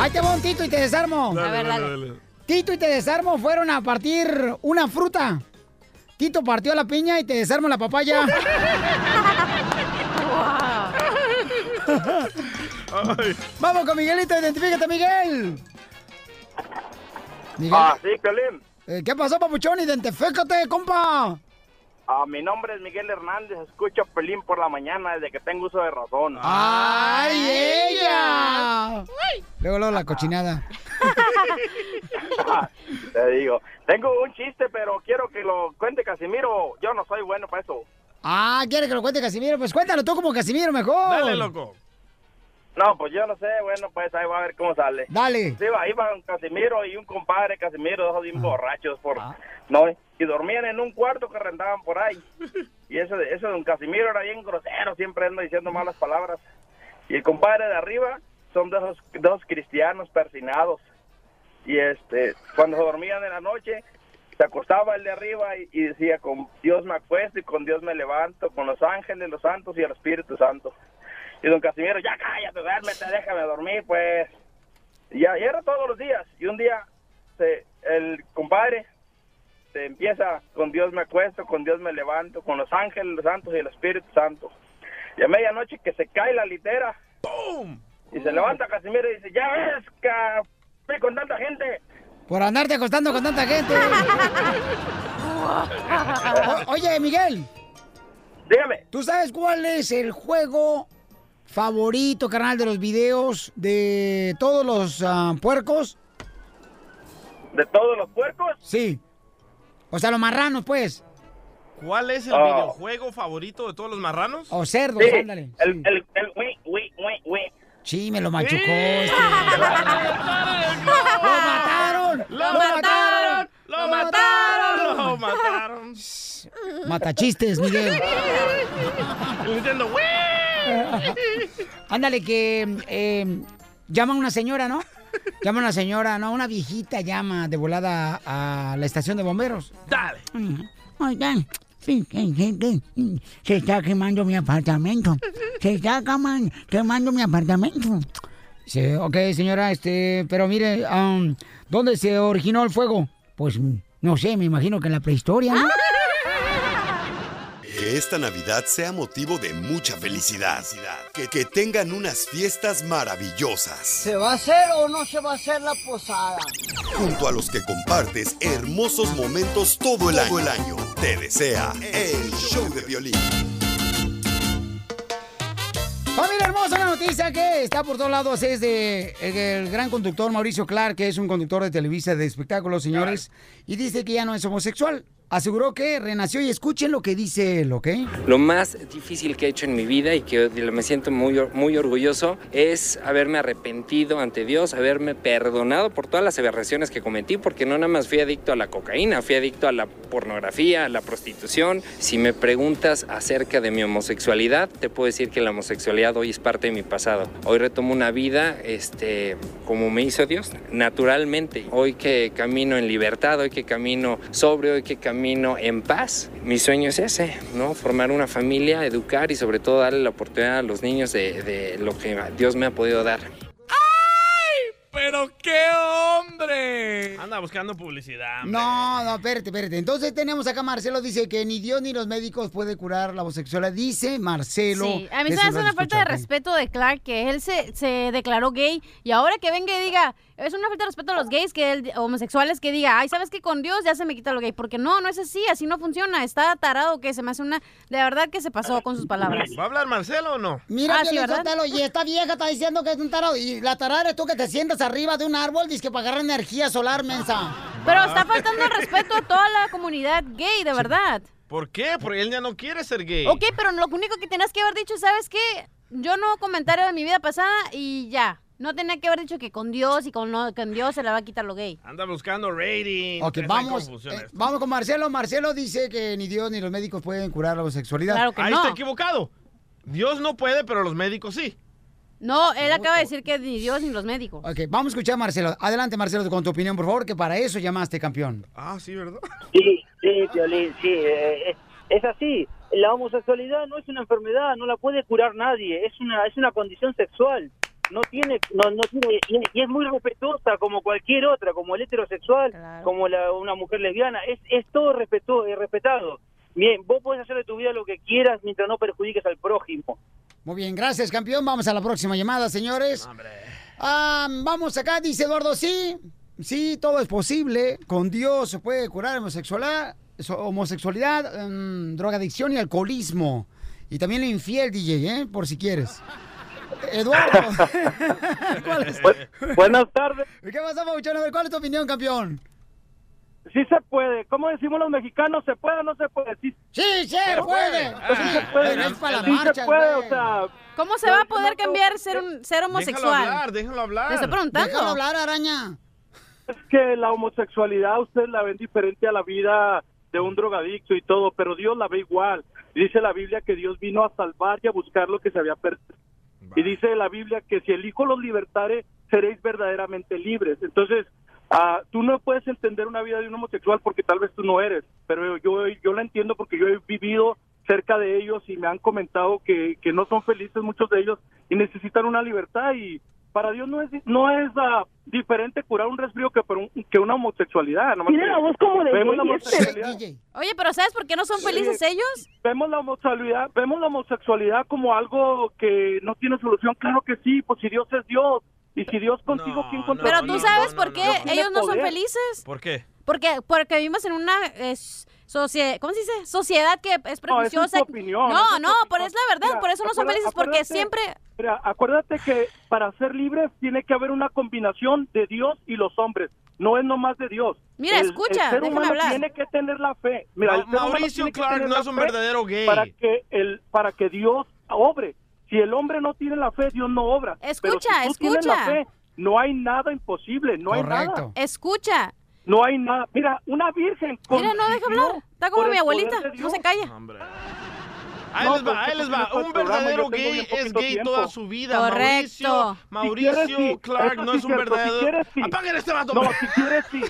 S5: Ahí te va un Tito y te desarmo.
S7: Dale, A ver, dale, dale. dale.
S5: Tito y te desarmo fueron a partir una fruta. Tito partió la piña y te desarmo la papaya. Vamos con Miguelito, identifícate, Miguel. Miguel.
S25: Ah, sí, Piolín.
S5: Eh, ¿Qué pasó, papuchón? Identifícate, compa.
S25: Ah, mi nombre es Miguel Hernández. Escucho Pelín por la mañana desde que tengo uso de razón.
S5: ¡Ay, ella! Luego,
S25: Ah.
S5: luego la cochinada.
S25: Te digo, tengo un chiste, pero quiero que lo cuente Casimiro. Yo no soy bueno para eso.
S5: Ah, ¿quiere que lo cuente Casimiro? Pues cuéntalo tú como Casimiro mejor.
S25: loco. No, pues yo no sé, bueno, pues ahí va a ver cómo sale.
S5: Dale.
S25: Sí, va, iba un Casimiro y un compadre Casimiro, dos bien borrachos por... No, y dormían en un cuarto que rentaban por ahí. Y ese, de- ese don Casimiro era bien grosero, siempre anda diciendo malas palabras. Y el compadre de arriba son de esos- dos cristianos persinados. Y este, cuando se dormían en la noche, se acostaba el de arriba y, y decía, con Dios me acuesto y con Dios me levanto, con los ángeles, los santos y el Espíritu Santo. Y don Casimiro, ya cállate, duérmete, déjame dormir, pues. Y, ya- y era todos los días. Y un día se- el compadre se empieza, con Dios me acuesto, con Dios me levanto, con los ángeles, los santos y el Espíritu Santo. Y a medianoche que se cae la litera, ¡pum! Y se levanta Casimiro y dice, ya ves, ca... fui con tanta gente.
S5: Por andarte acostando con tanta gente. O- oye, Miguel.
S25: Dígame.
S5: ¿Tú sabes cuál es el juego favorito, carnal, de los videos de todos los ah, puercos?
S25: ¿De todos los puercos?
S5: Sí. O sea, los marranos, pues.
S7: ¿Cuál es el
S25: Ah.
S5: Oh.
S7: videojuego favorito de todos los marranos?
S5: O cerdos, ándale.
S25: El, el, el, uy, uy, uy, uy.
S5: Sí, me lo machucó.
S25: Sí.
S5: este. ¡Lo mataron!
S7: ¡Lo mataron! ¡Lo mataron! ¡Lo mataron!
S5: Matachistes, Miguel.
S7: Nintendo, güey.
S5: Ándale, que eh, llama una señora, ¿no? Llama una señora, ¿no? Una viejita llama de volada a, a la estación de bomberos.
S7: Dale.
S16: Oigan, sí, sí, sí, sí, sí, se está quemando mi apartamento. Se está queman- quemando mi apartamento.
S5: Dice, ok, señora, este, pero mire, am, ¿dónde se originó el fuego? Pues no sé, me imagino que en la prehistoria, ¿no?
S16: Ah.
S2: Que esta Navidad sea motivo de mucha felicidad. Que, que tengan unas fiestas maravillosas.
S3: ¿Se va a hacer o no se va a hacer la posada?
S2: Junto a los que compartes hermosos momentos todo el año. Todo el año. Te desea el show de violín.
S5: Familia hermosa, una noticia que está por todos lados es de el, el gran conductor Mauricio Clark, que es un conductor de Televisa de espectáculos, señores, y dice que ya no es homosexual. Aseguró que renació y escuchen lo que dice él, ¿ok?
S18: Lo más difícil que he hecho en mi vida y que me siento muy, or- muy orgulloso es haberme arrepentido ante Dios, haberme perdonado por todas las aberraciones que cometí, porque no nada más fui adicto a la cocaína, fui adicto a la pornografía, a la prostitución. Si me preguntas acerca de mi homosexualidad, te puedo decir que la homosexualidad hoy es parte de mi pasado. Hoy retomo una vida este, como me hizo Dios, naturalmente. Hoy que camino en libertad, hoy que camino sobrio, hoy que camino en paz. Mi sueño es ese, ¿no? Formar una familia, educar y sobre todo darle la oportunidad a los niños de, de lo que Dios me ha podido dar.
S7: Pero qué hombre. Anda buscando publicidad. hombre.
S5: No, no, espérate, espérate. Entonces tenemos acá Marcelo, dice que ni Dios ni los médicos puede curar la homosexualidad, dice Marcelo.
S6: Sí, a mí
S5: de
S6: se
S5: sus
S6: me hace una
S5: redes
S6: falta de
S5: escuchas, ¿ok?
S6: respeto de Clark que él se, se declaró gay y ahora que venga y diga, es una falta de respeto a los gays que él, homosexuales que diga, ay, ¿sabes que Con Dios ya se me quita lo gay, porque no, no es así, así no funciona, está tarado que se me hace una, de verdad que se pasó con sus palabras.
S7: ¿Va a hablar Marcelo o no?
S5: Mira,
S6: Ah, sí,
S5: Piolín
S6: ¿verdad?
S5: Sotelo, y esta vieja está diciendo que es un tarado. Y la tarada eres tú que te sientas arriba de un árbol, dice que para agarrar energía solar, mensa.
S6: Pero está faltando el respeto a toda la comunidad gay, de verdad.
S7: ¿Por qué? Porque él ya no quiere ser gay.
S6: Ok, pero lo único que tenías que haber dicho, ¿sabes qué? Yo no comentario de mi vida pasada y ya. No tenía que haber dicho que con Dios y con, no- con Dios se le va a quitar lo gay.
S7: Anda buscando rating.
S5: Ok, vamos, eh, vamos con Marcelo. Marcelo dice que ni Dios ni los médicos pueden curar la homosexualidad.
S7: Ahí está equivocado. Dios no puede, pero los médicos sí.
S21: Ah,
S6: No, él acaba de decir que ni Dios ni los médicos.
S5: Ok, vamos a escuchar a Marcelo. Adelante, Marcelo, con tu opinión, por favor, que para eso llamaste campeón.
S7: Ah, sí, ¿verdad?
S21: Sí, sí, Piolín, sí. eh, eh, es así. La homosexualidad no es una enfermedad, no la puede curar nadie. Es una, es una condición sexual. No tiene, no, no tiene, y, y es muy respetuosa como cualquier otra, como el heterosexual, como la- una mujer lesbiana. Es, es todo respetu- eh, respetado. Bien, vos podés hacer de tu vida lo que quieras mientras no perjudiques al prójimo.
S5: Muy bien, gracias, campeón. Vamos a la próxima llamada, señores. Ah, vamos acá, dice Eduardo, sí, sí, todo es posible. Con Dios se puede curar homosexualidad, so- homosexualidad mm, drogadicción y alcoholismo. Y también el infiel, DJ, ¿eh? por si quieres. Eduardo. ¿cuál es?
S21: Buenas tardes.
S5: ¿Qué pasa, Pabuchón? A ver, ¿cuál es tu opinión, campeón?
S21: Sí se puede. ¿Cómo decimos los mexicanos? ¿Se puede o no se puede? Sí,
S5: sí se
S21: puede. Sí se puede.
S6: Pero es para la
S21: Sí
S6: marcha,
S21: se puede,
S6: güey.
S21: o sea...
S6: ¿Cómo se va a poder cambiar ser un ser homosexual?
S21: hablar,
S7: déjalo
S21: hablar.
S6: Te estoy preguntando.
S21: Déjalo hablar,
S5: araña.
S21: Es que la homosexualidad ustedes la ven diferente a la vida de un drogadicto y todo, pero Dios la ve igual. Dice la Biblia que Dios vino a salvar y a buscar lo que se había perdido. Y dice la Biblia que si el Hijo los libertare, seréis verdaderamente libres. Entonces, ah, tú no puedes entender una vida de un homosexual porque tal vez tú no eres, pero yo, yo la entiendo porque yo he vivido cerca de ellos y me han comentado que, que no son felices muchos de ellos y necesitan una libertad y para Dios no es no es ah, diferente curar un resfrío que, por un- que una homosexualidad. nomás
S5: Tiene
S21: que
S5: la voz como de
S21: vemos la
S5: gay este.
S21: homosexualidad
S6: Oye, pero ¿sabes por qué no son felices
S21: Sí.
S6: ellos?
S21: vemos la homosexualidad, vemos la homosexualidad como algo que no tiene solución. Claro que sí, pues si Dios es Dios y si Dios contigo, ¿quién contigo?
S6: Pero tú sabes por qué
S21: no.
S6: ellos no son
S21: Poder.
S6: felices.
S7: ¿Por qué?
S6: Porque, porque vivimos en una eh, socie- ¿cómo se dice? Sociedad que es
S21: No, esa es
S6: prejuiciosa.
S21: tu opinión, esa
S6: no,
S21: es tu
S6: no, por es la verdad,
S21: Mira,
S6: por eso no son
S21: acuérdate-
S6: felices, porque
S21: acuérdate-
S6: siempre...
S21: Mira, acuérdate que para ser libres tiene que haber una combinación de Dios y los hombres. No es nomás de Dios.
S6: Mira, escucha,
S21: el ser
S6: déjame
S21: humano
S6: hablar.
S21: tiene que tener la fe. Mira,
S7: Ma-
S21: el ser humano
S7: Mauricio
S21: tiene que
S7: Clark
S21: tener
S7: no
S21: la
S7: es un
S21: fe
S7: verdadero gay.
S21: Para que, el, para que Dios obre. Si el hombre no tiene la fe, Dios no obra. Pero si
S6: Escucha,
S21: tú tienes la
S6: escucha.
S21: fe, no hay nada imposible, no hay nada.
S6: Escucha,
S21: No hay nada. Mira, una virgen.
S6: Mira, no deja
S21: consiguió
S6: hablar. Está
S21: por
S6: como
S21: el
S6: mi abuelita,
S21: poder de
S6: no se
S21: Dios.
S6: calla.
S7: Ahí
S21: No,
S7: les
S21: pues,
S7: va, ahí
S21: tú
S7: les
S21: tienes
S7: va.
S21: todo el
S7: Un
S21: programa, yo
S7: verdadero
S21: tengo
S7: gay
S21: bien
S7: es
S21: poquito
S7: gay
S21: tiempo.
S7: toda su vida.
S21: Correcto.
S7: Mauricio, Mauricio
S21: Si quieres, sí.
S7: Clark
S21: Eso
S7: no
S21: sí
S7: es un
S21: cierto, Eh, si
S7: verdadero.
S21: quieres, sí.
S7: Apáguenle este vato,
S21: No,
S7: hombre.
S21: si quieres, sí.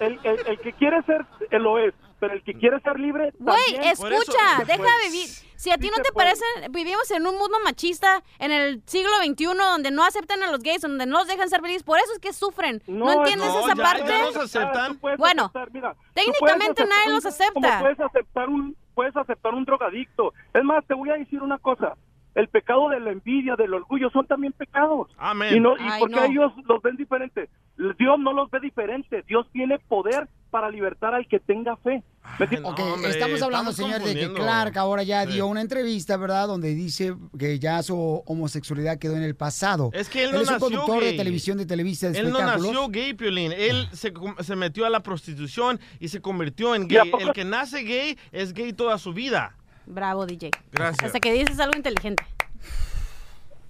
S21: El, el- el que quiere ser, eh, lo es. Pero el que quiere ser libre.
S6: Güey,
S21: también.
S6: escucha,
S21: Se
S6: deja
S21: puede.
S6: vivir. Si a ti
S21: Sí
S6: no
S21: se
S6: te
S21: puede.
S6: parece, vivimos en un mundo machista, en el siglo XXI, donde no aceptan a los gays, donde no los dejan ser felices, por eso es que sufren. ¿No, entiendes
S7: no,
S6: esa
S7: ya-
S6: parte?
S7: ya los aceptan.
S6: Bueno, técnicamente
S21: Tú puedes
S6: nadie
S21: aceptar
S6: los
S21: un- como
S6: acepta.
S21: puedes aceptar un puedes aceptar un drogadicto. Es más, te voy a decir una cosa. El pecado de la envidia, del orgullo, son también pecados.
S7: Amén.
S21: Y, no, y
S7: Ay,
S21: porque
S7: no.
S21: ellos los ven diferentes. Dios no los ve diferentes. Dios tiene poder para libertar al que tenga fe. ¿Me entiendes?
S5: Estamos hablando, señor, de que Clark ahora ya dio una entrevista, ¿verdad? Donde dice que ya su homosexualidad quedó en el pasado.
S7: Es que él no
S5: es un
S7: nació
S5: conductor de
S7: gay.
S5: televisión, de televisa, de
S7: Él no
S5: espectáculos.
S7: nació gay, Piolín. Él se, com- se metió a la prostitución y se convirtió en
S5: ¿Y a
S7: gay.
S5: poco-
S7: El que nace gay es gay toda su vida.
S6: Bravo, DJ.
S7: Gracias.
S6: Hasta que dices algo inteligente.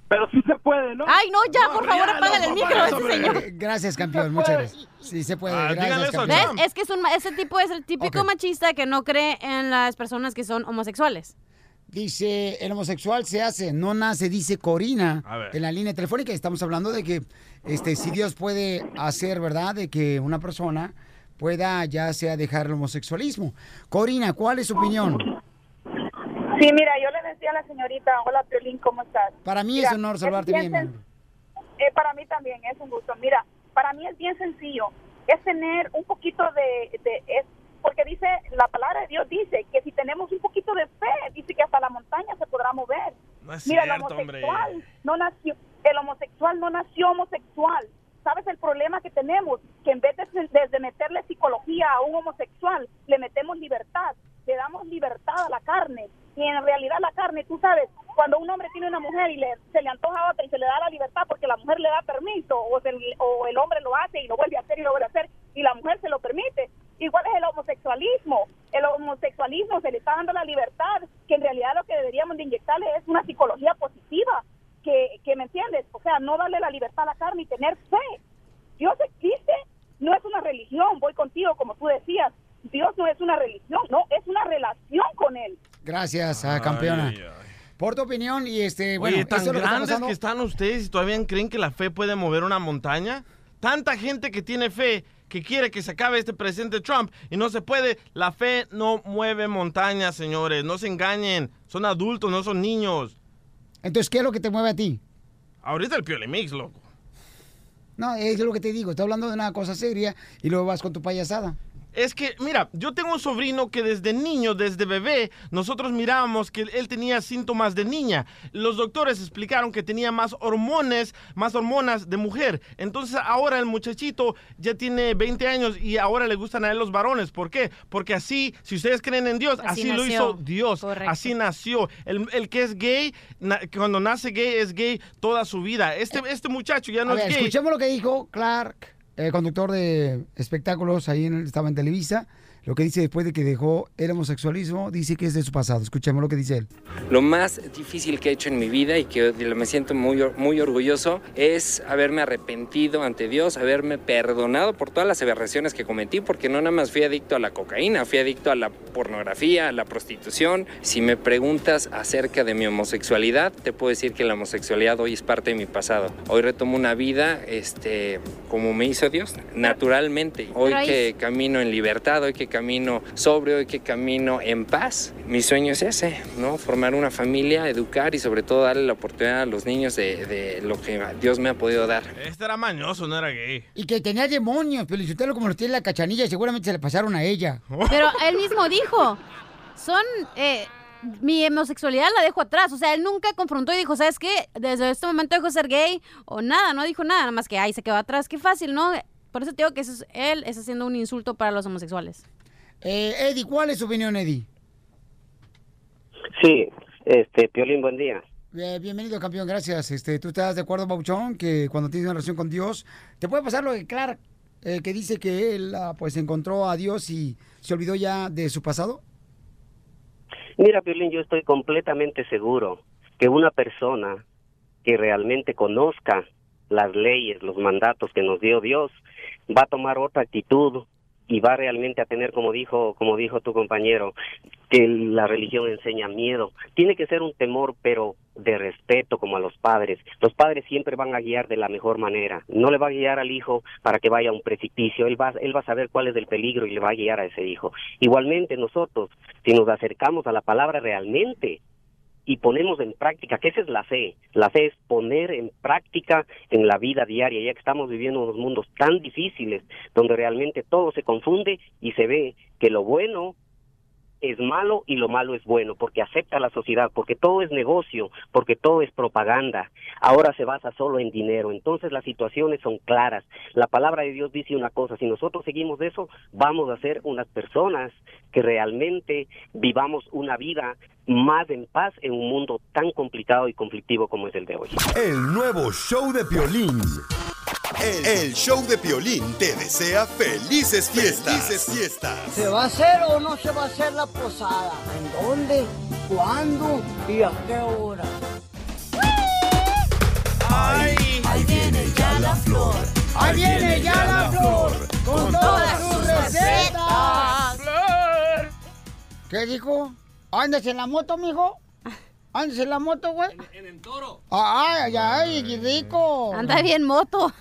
S21: Pero sí se puede, ¿no?
S6: Ay, no, ya, por favor, apágale el micro a ese
S5: hombre.
S6: señor.
S5: Gracias, campeón, muchas gracias. Sí, se puede.
S7: Ah, díganle
S5: gracias,
S7: eso a
S5: campeón.
S6: ¿Ves? Es que es un, ma- ese tipo es el típico machista que no cree en las personas que son homosexuales.
S5: Dice, el homosexual se hace, no nace, dice Corina.
S6: A ver.
S5: En la línea telefónica estamos hablando de que este, si Dios puede hacer, ¿verdad? De que una persona pueda ya sea dejar el homosexualismo. Corina, ¿cuál es su opinión?
S10: Sí, mira, yo le decía a la señorita, hola Piolín, ¿cómo estás?
S5: Para mí
S10: Mira,
S5: es honor salvarte
S10: es
S5: bien.
S10: bien sen- eh, para mí también es un gusto. Mira, para mí es bien sencillo, es tener un poquito de, de- es porque dice, la palabra de Dios dice que si tenemos un poquito de fe, dice que hasta la montaña se podrá mover.
S7: No es
S10: mira, el
S7: cierto, hombre.
S10: homosexual no nació, el homosexual no nació homosexual. ¿Sabes el problema que tenemos? Que en vez de, de- de meterle psicología a un homosexual, le metemos libertad, le damos libertad a la carne. Y en realidad la carne, tú sabes, cuando un hombre tiene una mujer y le, se le antoja a otra y se le da la libertad porque la mujer le da permiso, o, se- o el hombre lo hace y lo vuelve a hacer y lo vuelve a hacer, y la mujer se lo permite. Igual es el homosexualismo. El homosexualismo se le está dando la libertad, que en realidad lo que deberíamos de inyectarle es una psicología positiva que, que me entiendes, o sea, no darle la libertad a la carne y tener fe. Dios existe, no es una religión, voy contigo como tú decías, Dios no es una religión, no, es una relación con Él.
S5: Gracias, ah, campeona. Por tu opinión y este, bueno,
S7: Oye,
S5: eso
S7: tan
S5: es lo que está
S7: grandes
S5: pasando.
S7: que están ustedes y todavía creen que la fe puede mover una montaña. Tanta gente que tiene fe que quiere que se acabe este presidente Trump y no se puede. La fe no mueve montañas, señores. No se engañen. Son adultos, no son niños.
S5: Entonces, ¿qué es lo que te mueve a ti?
S7: Ahorita el Piolimix, loco.
S5: No, es lo que te digo, estoy hablando de una cosa seria y luego vas con tu payasada.
S7: Es que, mira, yo tengo un sobrino que desde niño, desde bebé, nosotros mirábamos que él tenía síntomas de niña. Los doctores explicaron que tenía más hormonas, más hormonas de mujer. Entonces ahora el muchachito ya tiene 20 años y ahora le gustan a él los varones. ¿Por qué? Porque así, si ustedes creen en Dios,
S16: Así
S7: así, lo
S16: nació.
S7: hizo Dios.
S16: Correcto.
S7: Así nació. El, el que es gay, na- cuando nace gay, es gay toda su vida. Este, este muchacho ya no
S5: a
S7: es
S5: ver,
S7: gay.
S5: escuchemos lo que dijo Clark, el conductor de espectáculos, ahí en, estaba en Televisa. Lo que dice después de que dejó el homosexualismo, dice que es de su pasado. Escuchemos lo que dice él.
S18: Lo más difícil que he hecho en mi vida y que me siento muy, or- muy orgulloso es haberme arrepentido ante Dios, haberme perdonado por todas las aberraciones que cometí, porque no nada más fui adicto a la cocaína, fui adicto a la pornografía, a la prostitución. Si me preguntas acerca de mi homosexualidad, te puedo decir que la homosexualidad hoy es parte de mi pasado. Hoy retomo una vida este, como me hizo Dios, naturalmente. Hoy
S1: Pero ahí-
S18: que camino en libertad, hoy que camino sobrio, hoy que camino en paz. Mi sueño es ese, ¿no? Formar una familia, educar y sobre todo darle la oportunidad a los niños de, de lo que Dios me ha podido dar.
S7: Este era mañoso, no era gay.
S5: Y que tenía demonios, pero Felicitelo como los tiene la cachanilla, seguramente se le pasaron a ella.
S6: Pero él mismo dijo, son... eh, mi homosexualidad la dejo atrás. O sea, él nunca confrontó y dijo, ¿sabes qué? Desde este momento dejo de ser gay o nada. No dijo nada, nada más que, ay, se quedó atrás. Qué fácil, ¿no? Por eso te digo que eso es- él está haciendo un insulto para los homosexuales.
S5: Eh, Eddie, ¿cuál es su opinión, Eddie?
S26: Sí, este, Piolín, buen día.
S5: Eh, bienvenido, campeón, gracias. Este, ¿Tú estás de acuerdo, Bauchón, que cuando tienes una relación con Dios, te puede pasar lo de Clark, eh, que dice que él ah, pues encontró a Dios y se olvidó ya de su pasado?
S26: Mira, Piolín, yo estoy completamente seguro que una persona que realmente conozca las leyes, los mandatos que nos dio Dios, va a tomar otra actitud y va realmente a tener como dijo como dijo tu compañero que la religión enseña miedo tiene que ser un temor pero de respeto como a los padres los padres siempre van a guiar de la mejor manera no le va a guiar al hijo para que vaya a un precipicio él va él va a saber cuál es el peligro y le va a guiar a ese hijo igualmente nosotros si nos acercamos a la palabra realmente y ponemos en práctica, que esa es la fe. La fe es poner en práctica en la vida diaria, ya que estamos viviendo unos mundos tan difíciles, donde realmente todo se confunde y se ve que lo bueno es malo y lo malo es bueno, porque acepta la sociedad, porque todo es negocio, porque todo es propaganda. Ahora se basa solo en dinero. Entonces las situaciones son claras. La palabra de Dios dice una cosa, si nosotros seguimos eso, vamos a ser unas personas que realmente vivamos una vida más en paz en un mundo tan complicado y conflictivo como es el de hoy.
S2: El nuevo show de Piolín. El, el show de Piolín te desea felices fiestas. Felices fiestas.
S3: ¿Se va a hacer o no se va a hacer la posada? ¿En dónde? ¿Cuándo? ¿Y a qué hora?
S12: Ay, ahí viene ya la flor.
S3: Ahí viene ya la flor. Con todas sus
S5: recetas. ¿Qué dijo? ¿Andas en la moto, mijo? ¿Andas en la moto, güey? En, el toro. Ay, ay, ay, qué rico.
S6: Anda bien moto.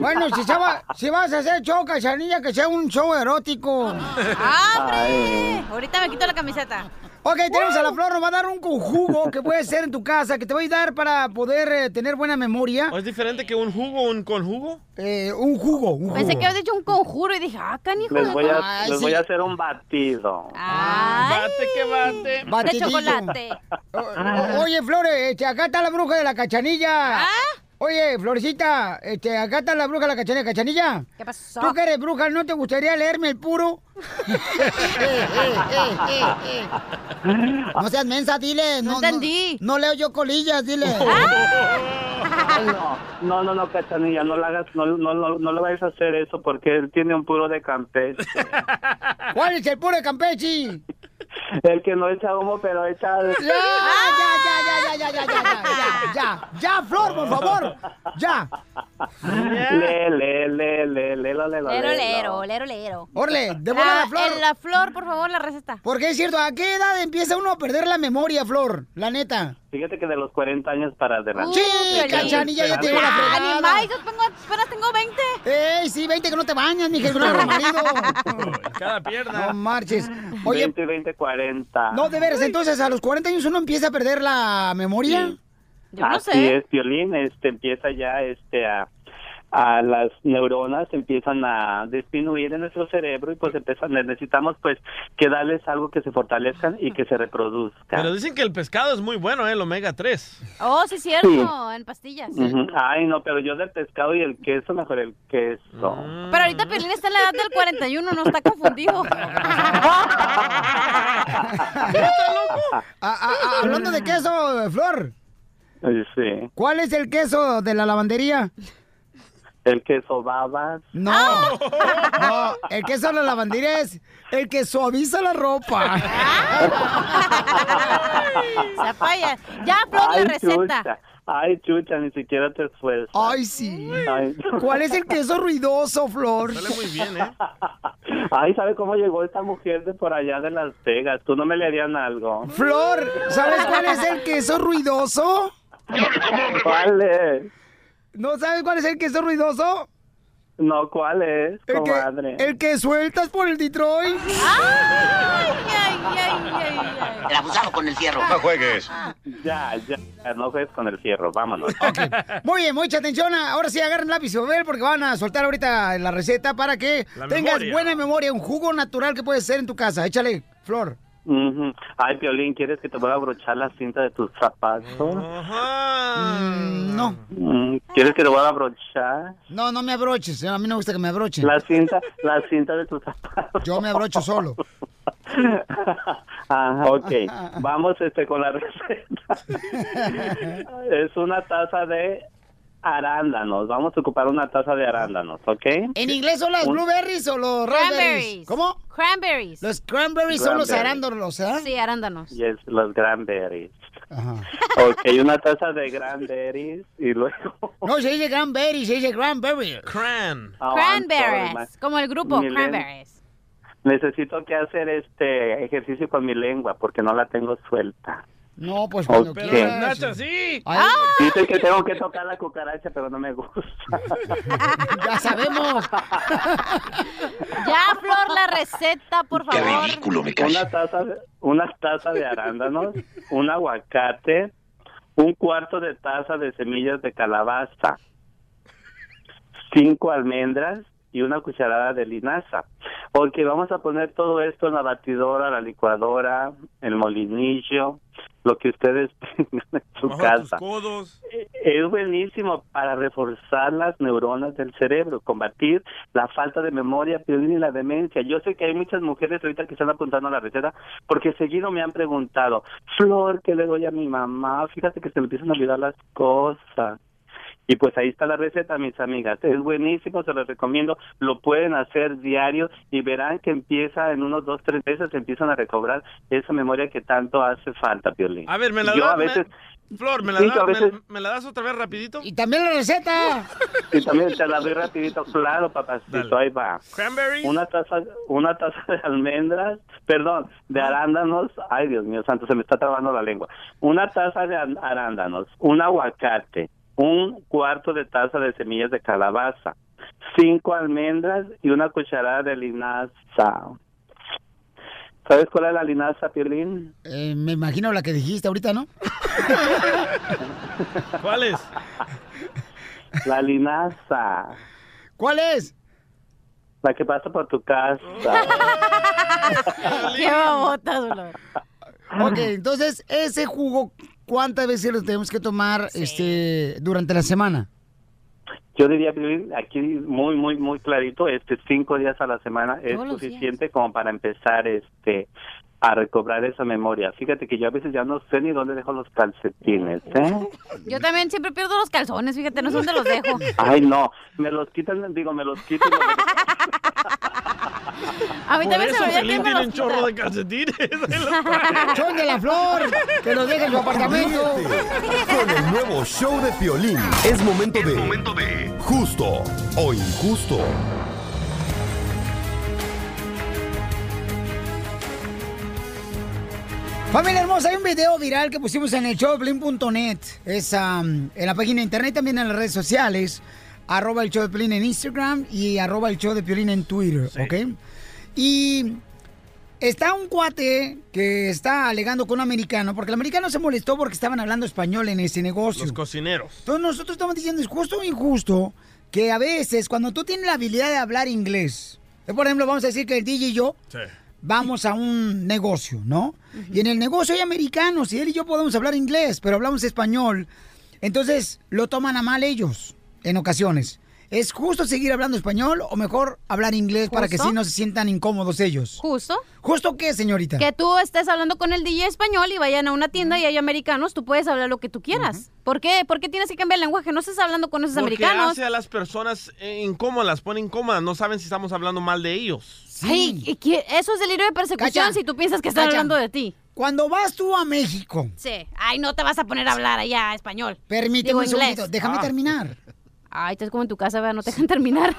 S5: Bueno, si, se va- si vas a hacer show, cachanilla, que sea un show erótico.
S6: ¡Abre! Ahorita me quito la camiseta.
S5: Ok, tenemos a la flor, nos va a dar un conjugo que puedes hacer en tu casa, que te va a ayudar para poder eh, tener buena memoria.
S7: ¿Es diferente que un jugo o un conjugo?
S5: Eh, un jugo, un jugo.
S6: Pensé que habías hecho un conjuro y dije, ah, canijo.
S26: Oh. Les voy a,
S6: Ay,
S26: les
S6: sí.
S26: voy a hacer un batido.
S6: Bate
S7: que bate.
S6: De
S5: Batidillo.
S6: chocolate.
S5: O- Oye, Flores, este, acá está la bruja de la cachanilla.
S6: ¿Ah?
S5: Oye, Florecita, este, acá está la bruja de la cachanilla. ¿Cachanilla?
S6: ¿Qué pasó?
S5: ¿Tú que eres bruja no te gustaría leerme el puro? No seas mensa, dile. No, entendí. No, leo yo colillas, dile.
S6: ¡Ah!
S26: No, no, no, Cachanilla, no, le hagas, no, no, no, no le vayas a hacer eso porque él tiene un puro de Campeche.
S5: ¿Cuál es el puro de Campeche?
S26: El que no echa humo, pero echa...
S5: Ya, ya, ya, ya, ya, ya, ya, ya, ya, ya, ya, Flor, por favor, ya.
S26: Le, le, le, le, le, lo, le, lo,
S6: Lero,
S26: le,
S6: lero,
S26: lo.
S6: lero, lero.
S5: Orle, de volada,
S6: Ah,
S5: Flor.
S6: en la flor, por favor, la receta.
S5: Porque es cierto, ah? ¿a qué edad empieza uno a perder la memoria, Flor? La neta.
S26: Fíjate que de los 40 años para adelante. Este,
S5: Sí, cachanilla, ya tiene la
S6: Ah,
S5: fregada.
S6: ni Mike, yo tengo, apenas tengo 20.
S5: ¡Ey, Eh, sí, 20 que no te bañas, ni que no eres marido!
S26: Cada pierna.
S5: No marches. Oye-
S26: 20, 20, 40.
S5: No, de veras, entonces, ¿a los 40 años uno empieza a perder la memoria?
S26: Así es, violín, este empieza ya este a, a las neuronas empiezan a disminuir en nuestro cerebro y pues empiezan necesitamos pues que darles algo que se fortalezcan y que se reproduzcan.
S7: Pero dicen que el pescado es muy bueno, ¿eh? el omega 3.
S6: Oh, sí, es cierto,
S26: Sí.
S6: en pastillas.
S26: Ujú. Ay, no, pero yo del pescado y el queso, mejor el queso.
S6: Pero ahorita Pelín está en la edad del 41, no está confundido.
S5: Ah, hablando de queso, Flor,
S26: Ay, Sí,
S5: ¿cuál es el queso de la lavandería?
S26: el queso babas.
S5: No, no, el queso de la lavandería es el que suaviza la ropa.
S6: Se apaya. Ya, Flor, la receta.
S26: chucha, ay, chucha, ni siquiera te esfuerzas.
S5: Ay, sí.
S26: Ay.
S5: ¿Cuál es el queso ruidoso, Flor?
S26: Ay, ¿sabe cómo llegó esta mujer de por allá de Las Vegas? ¿Tú no me le harían algo?
S5: Flor, ¿sabes cuál es el queso ruidoso?
S26: ¿Cuál es?
S5: ¿No sabes cuál es el queso ruidoso?
S26: No, ¿cuál es,
S5: El que,
S26: comadre?
S5: el que sueltas por el Detroit.
S6: ¡Ah!
S26: El abusado con el fierro. No juegues. Ya, ya, no juegues con el fierro, vámonos.
S5: Muy bien, mucha atención. Ahora sí, agarren lápiz y papel porque van a soltar ahorita la receta para que
S26: La
S5: tengas
S26: memoria.
S5: buena memoria, un jugo natural que puedes hacer en tu casa. Échale, Flor.
S26: Ujú. Ay, Piolín, ¿quieres que te pueda abrochar la cinta de tus zapatos?
S5: No,
S26: Mm, ¿Quieres que te pueda abrochar
S5: no, no me abroches. A mí no me gusta que me abrochen.
S26: la cinta, la cinta de tus zapatos?
S5: Yo me abrocho solo.
S26: Ajá, ok,
S5: Ah,
S26: vamos este, con la receta. es una taza de arándanos. Vamos a ocupar una taza de arándanos, ¿ok?
S5: ¿En inglés son las
S26: Un-
S5: blueberries o los raspberries?
S6: Cranberries.
S5: ¿Cómo?
S6: Cranberries.
S5: Los cranberries son los
S26: Cranberries.
S5: arándanos, ¿eh?
S6: Sí, arándanos.
S26: Yes, los cranberries.
S13: Ok, una taza de Granberries y luego...
S5: No, se dice Granberry, se dice Granberry.
S7: Cran.
S13: Ah, I'm sorry, ma.
S6: Cranberries, como el grupo,
S13: Milen-
S6: Cranberries.
S13: Necesito que hacer este ejercicio con mi lengua porque no la tengo suelta.
S16: No, pues
S13: cuando
S7: Pero
S13: quieras.
S7: las nachas sí.
S13: Dice que tengo que tocar la cucaracha, pero no me gusta.
S5: Ya sabemos.
S6: Ya, Flor, la receta, por favor.
S13: Una taza, de- una taza de arándanos, un aguacate, un cuarto de taza de semillas de calabaza, cinco almendras y una cucharada de linaza. Porque vamos a poner todo esto en la batidora, la licuadora, el molinillo, lo que ustedes tengan en su casa.
S7: Codos.
S13: Es buenísimo para reforzar las neuronas del cerebro, combatir la falta de memoria, Piolín, y la demencia. Yo sé que hay muchas mujeres ahorita que están apuntando a la receta porque seguido me han preguntado, Flor, ¿qué le doy a mi mamá? Fíjate que se me empiezan a olvidar las cosas. Y pues ahí está la receta, mis amigas. Es buenísimo, se los recomiendo. Lo pueden hacer diario y verán que empieza en unos dos, tres meses, empiezan a recobrar esa memoria que tanto hace falta, Piolín.
S7: A ver, me la
S13: Yo
S7: da-
S13: a
S7: me-
S13: veces...
S7: Flor, ¿me la,
S13: Sí,
S7: da-
S13: que a
S7: me-
S13: veces-
S7: me la das otra vez rapidito?
S5: Y también la receta.
S13: Y también te la doy rapidito, claro, papacito, ahí va.
S7: Cranberry.
S13: Una taza, una taza de almendras, perdón, de arándanos, ay Dios mío santo, se me está trabando la lengua. Una taza de ar- arándanos, un aguacate, un cuarto de taza de semillas de calabaza, cinco almendras y una cucharada de linaza. ¿Sabes cuál es la linaza, Piolín?
S5: Eh, me imagino la que dijiste ahorita, ¿no?
S7: ¿Cuál es?
S13: La linaza,
S5: ¿Cuál es?
S13: la que pasa por tu casa.
S6: Qué babotas, Flor.
S5: Ok, entonces, ese jugo, ¿cuántas veces lo tenemos que tomar este, durante la semana?
S13: Yo diría, Piolín, aquí muy, muy, muy clarito, este cinco días a la semana es
S5: Todos los días.
S13: suficiente como para empezar este a recobrar esa memoria. Fíjate que yo a veces ya no sé ni dónde dejo los calcetines, ¿eh?
S6: Yo también siempre pierdo los calzones, fíjate, no sé dónde los dejo.
S13: Ay, no, me los quitan, digo, me los quitan. y los-
S6: A mí
S7: Por
S6: también se
S7: eso
S6: me olvida
S7: Pelín
S6: que me
S7: tiene
S6: los
S7: un chorro de
S6: quita.
S7: calcetines.
S5: ¡Chon de la flor! ¡Que los deje en su apartamento!
S2: Con el nuevo show de Piolín. Es momento de... momento de... Justo o injusto.
S5: Familia hermosa, hay un video viral que pusimos en el showplin.net. Es am, en la página de internet, también en las redes sociales. Arroba el show de Piolín en Instagram y arroba el show de Piolín en Twitter, ¿ok? Y está un cuate que está alegando con un americano, porque el americano se molestó porque estaban hablando español en ese negocio.
S7: Los cocineros.
S5: Entonces nosotros estamos diciendo, es justo o injusto que a veces cuando tú tienes la habilidad de hablar inglés, eh, por ejemplo, vamos a decir que el DJ y yo vamos a un negocio, ¿no? Y en el negocio hay americanos y él y yo podemos hablar inglés, pero hablamos español. Entonces lo toman a mal ellos en ocasiones. ¿Es justo seguir hablando español o mejor hablar inglés para que
S6: ¿Justo?
S5: sí no se sientan incómodos ellos?
S6: Justo.
S5: ¿Justo qué, señorita?
S6: Que tú estés hablando con el DJ español y vayan a una tienda y hay americanos, tú puedes hablar lo que tú quieras. ¿Por qué? ¿Por qué tienes que cambiar el lenguaje? No estás hablando con esos
S7: Porque
S6: americanos.
S7: hace a las personas eh, incómodas, las pone incómodas. No saben si estamos hablando mal de ellos.
S6: Ay, y que- eso es delirio de persecución
S7: Cacha.
S6: si tú piensas que están
S7: Cacha.
S6: hablando de ti.
S5: Cuando vas tú a México.
S6: Sí. Ay, no te vas a poner a hablar allá español.
S5: Permíteme
S6: Digo,
S5: un
S6: inglés.
S5: segundito,
S7: Ah.
S5: déjame terminar.
S6: Ay, estás como en tu casa, ¿verdad? No te dejan terminar.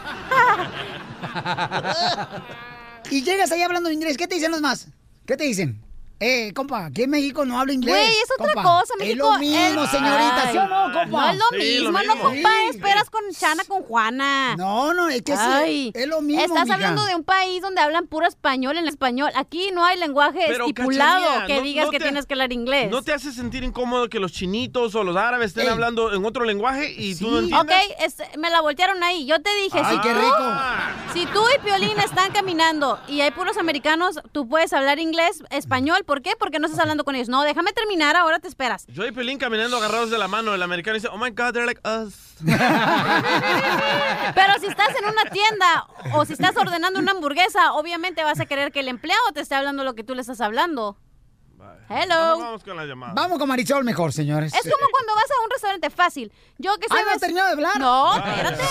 S5: Y llegas ahí hablando inglés, ¿qué te dicen los más? ¿Qué te dicen? Eh, compa, que en México no habla inglés.
S6: Güey, es otra
S5: compa.
S6: cosa, México.
S5: Es lo mismo,
S6: es-
S5: señorita, ¿sí o no,
S6: Ay,
S5: compa?
S6: No es lo mismo, no, compa. Esperas con Chana, con Juana.
S5: No, no, es que sí, es lo mismo,
S6: Estás
S5: mija.
S6: hablando de un país donde hablan puro español en español. Aquí no hay lenguaje
S7: Pero,
S6: estipulado
S7: Cachanilla,
S6: que
S7: no-
S6: digas
S7: no
S6: que
S7: te-
S6: tienes que hablar inglés.
S7: ¿No te hace sentir incómodo que los chinitos o los árabes estén hablando en otro lenguaje y tú no
S6: Ok,
S7: entiendes? Ah.
S6: es- me la voltearon ahí. Yo te dije,
S7: Ay,
S6: si
S7: qué
S6: tú,
S7: rico.
S6: si tú y Piolín están caminando y hay puros americanos, tú puedes hablar inglés, español. ¿Por qué? Porque no estás hablando con ellos. No, déjame terminar, ahora te esperas.
S7: Yo y Pelín caminando agarrados de la mano. El americano dice, oh my God, they're like us.
S6: Pero si estás en una tienda o si estás ordenando una hamburguesa, obviamente vas a querer que el empleado te esté hablando lo que tú le estás hablando. Hello.
S7: Vamos con la llamada.
S5: Vamos con Marisol mejor, señores.
S6: Es como cuando vas a un restaurante fácil. Yo que soy
S5: Ay, no has
S6: mes-
S5: terminado de hablar. Ah.
S6: No, espérate.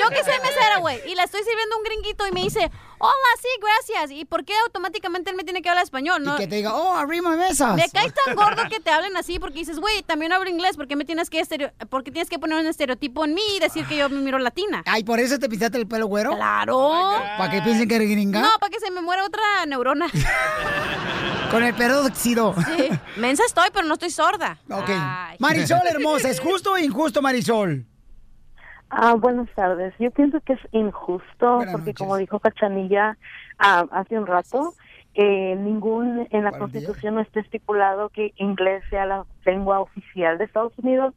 S6: Yo que soy mesera, güey, y le estoy sirviendo un gringuito y me dice, hola, sí, gracias. ¿Y por qué automáticamente él me tiene que hablar español? No?
S5: que te diga, oh, arrima mesas.
S6: Me cae tan gordo que te hablen así porque dices, güey, también hablo inglés, ¿por qué me tienes que estereo- por qué tienes que poner un estereotipo en mí y decir que yo me miro latina?
S5: Ay, ¿por eso te pintaste el pelo güero?
S6: Claro.
S5: ¿Para que piensen que eres gringa?
S6: No, para que se me muera otra neurona.
S5: Con el peróxido.
S6: Sí. Mensa estoy, pero no estoy sorda.
S5: Ok.
S6: Ay.
S5: Marisol, hermosa, ¿es justo o injusto, Marisol?
S20: Ah, buenas tardes. Yo pienso que es injusto porque, como dijo Cachanilla ah, hace un rato, eh, ningún en la Constitución no está estipulado que inglés sea la lengua oficial de Estados Unidos.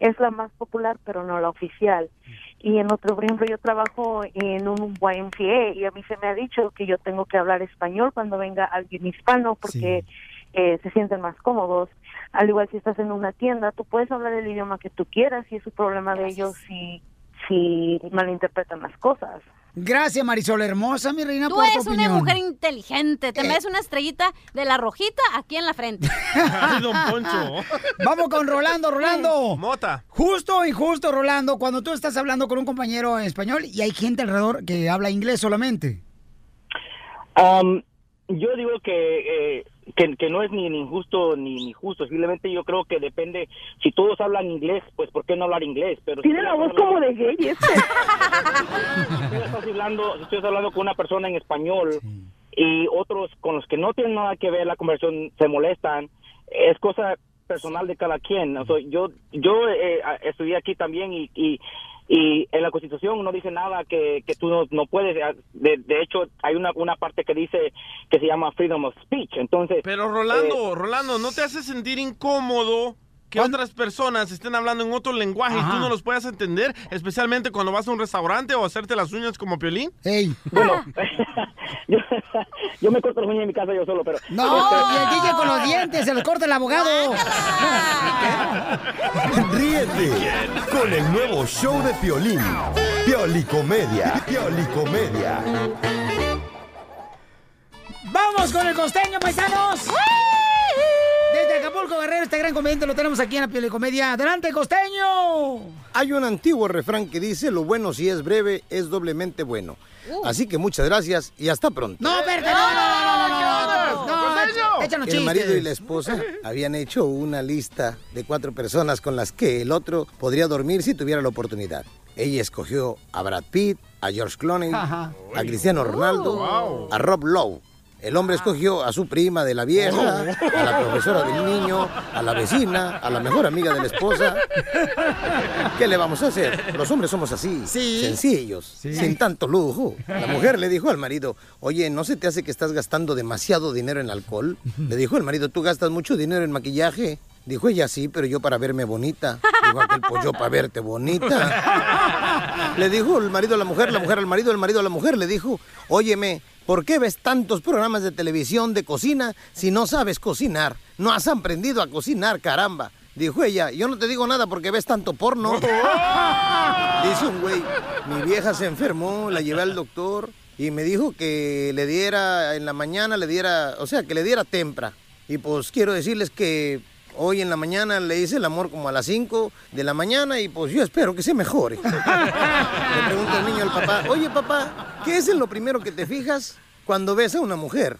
S20: Es la más popular, pero no la oficial. Y en otro, por ejemplo, yo trabajo en un YMCA y a mí se me ha dicho que yo tengo que hablar español cuando venga alguien hispano porque eh, se sienten más cómodos. Al igual si estás en una tienda, tú puedes hablar el idioma que tú quieras y es un problema de ellos si, si malinterpretan las cosas.
S5: Gracias, Marisol, hermosa, mi reina,
S6: Tú
S5: por tu
S6: eres una
S5: opinión. Eh.
S6: mujer inteligente. Te mereces una estrellita de la rojita aquí en la frente.
S5: Vamos con Rolando, Rolando.
S7: Mota.
S5: Justo o injusto, Rolando, cuando tú estás hablando con un compañero en español y hay gente alrededor que habla inglés solamente.
S13: Um,
S22: Am, yo digo que, eh, que, que no es ni ni injusto ni, ni justo, simplemente yo creo que depende, si todos hablan inglés, pues ¿por qué no hablar inglés? Pero si
S10: Tiene la voz como de gay este.
S22: tú estás hablando, si tú estás hablando con una persona en español y otros con los que no tienen nada que ver la conversación se molestan, es cosa personal de cada quien. O sea, yo yo eh, a- estudié aquí también y, y, y en la Constitución no dice nada que, que tú no, no puedes. ah, De, de hecho, hay una, una parte que dice que se llama freedom of speech. Entonces, eh,
S7: Pero Rolando,
S5: Eh,
S7: Rolando, ¿no te hace sentir incómodo que otras personas estén hablando en otro lenguaje y tú no los puedas entender? Especialmente cuando vas a un restaurante o hacerte las uñas como Piolín.
S22: Bueno, yo, yo me corto las uñas en mi casa yo solo, pero...
S5: No,
S22: este-
S5: y el DJ con los dientes, se los corta el abogado.
S2: Ríete con el nuevo show de Piolín. Piolicomedia. Piolicomedia.
S5: ¡Vamos con el costeño, paisanos! Desde Acapulco, Guerrero, este gran comediante lo tenemos aquí en la piel de comedia. ¡Adelante, costeño!
S15: Hay un antiguo refrán que dice, lo bueno si es breve es doblemente bueno.
S5: Uh.
S15: Así que muchas gracias y hasta pronto.
S5: No, espérate, no, no, no, no, no, no, no, no, échanos
S15: El marido y la
S5: chistes.
S15: esposa habían hecho una lista de cuatro personas con las que el otro podría dormir si tuviera la oportunidad. Ella escogió a Brad Pitt, a George Clooney,
S5: Ajá. Uh.
S15: a Cristiano Ronaldo, a Rob Lowe. El hombre escogió a su prima de la vieja, a la profesora del niño, a la vecina, a la mejor amiga de la esposa. ¿Qué le vamos a hacer? Los hombres somos así, sencillos, sin tanto lujo. La mujer le dijo al marido, oye, ¿no se te hace que estás gastando demasiado dinero en alcohol? Le dijo el marido, tú gastas mucho dinero en maquillaje. Dijo ella, sí, pero yo para verme bonita. Dijo aquel, pues yo para verte bonita. Le dijo el marido a la mujer, la mujer al marido, el marido a la mujer. Le dijo, óyeme, ¿por qué ves tantos programas de televisión de cocina si no sabes cocinar? No has aprendido a cocinar, caramba. Dijo ella, yo no te digo nada porque ves tanto porno. Dice un güey, mi vieja se enfermó, la llevé al doctor y me dijo que le diera en la mañana, le diera, o sea, que le diera tempra. Y pues quiero decirles que hoy en la mañana le hice el amor como a las 5 de la mañana y pues yo espero que se mejore. Le pregunta el niño al papá, oye papá, ¿qué es en lo primero que te fijas cuando ves a una mujer?